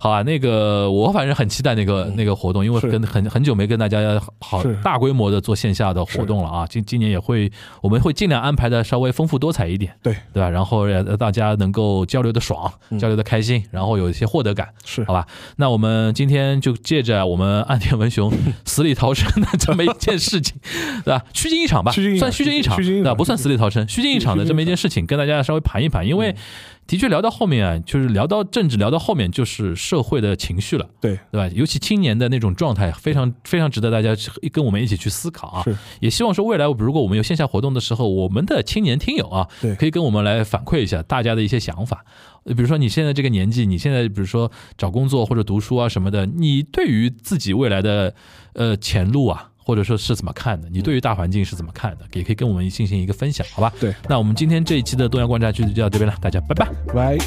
Speaker 5: 好啊，那个我反正很期待那个、那个活动，因为
Speaker 4: 是
Speaker 5: 跟很很久没跟大家好
Speaker 4: 是
Speaker 5: 大规模的做线下的活动了啊。今今年也会，我们会尽量安排的稍微丰富多彩一点，
Speaker 4: 对，嗯
Speaker 5: 对吧？然后让大家能够交流的爽，交流的开心，然后有一些获得感，
Speaker 4: 是
Speaker 5: 好吧？那我们今天就借着我们岸田
Speaker 4: *laughs*
Speaker 5: 文雄死里逃生的这么一件事情，对吧？虚惊一场吧，
Speaker 4: 虚惊一场
Speaker 5: 算虚惊一场，
Speaker 4: 虚惊一场
Speaker 5: 对吧？不算死里逃生，虚惊一场的这么一件事情，跟大家稍微盘一盘，因
Speaker 4: 嗯
Speaker 5: 为的确聊到后面啊，就是聊到政治，聊到后面就是社会的情绪了。
Speaker 4: 对，
Speaker 5: 对吧？尤其青年的那种状态，非常非常值得大家去跟我们一起去思考啊
Speaker 4: 是。
Speaker 5: 也希望说未来，如果我们有线下活动的时候，我们的青年听友啊
Speaker 4: 对，
Speaker 5: 可以跟我们来反馈一下大家的一些想法。呃比如说你现在这个年纪，你现在比如说找工作或者读书啊什么的，你对于自己未来的呃前路啊，或者说是怎么看的？你对于大环境是怎么看的？也可以跟我们进行一个分享，好吧？
Speaker 4: 对。
Speaker 5: 那我们今天这一期的东阳观察局就到这边了，大家拜拜。
Speaker 4: 拜。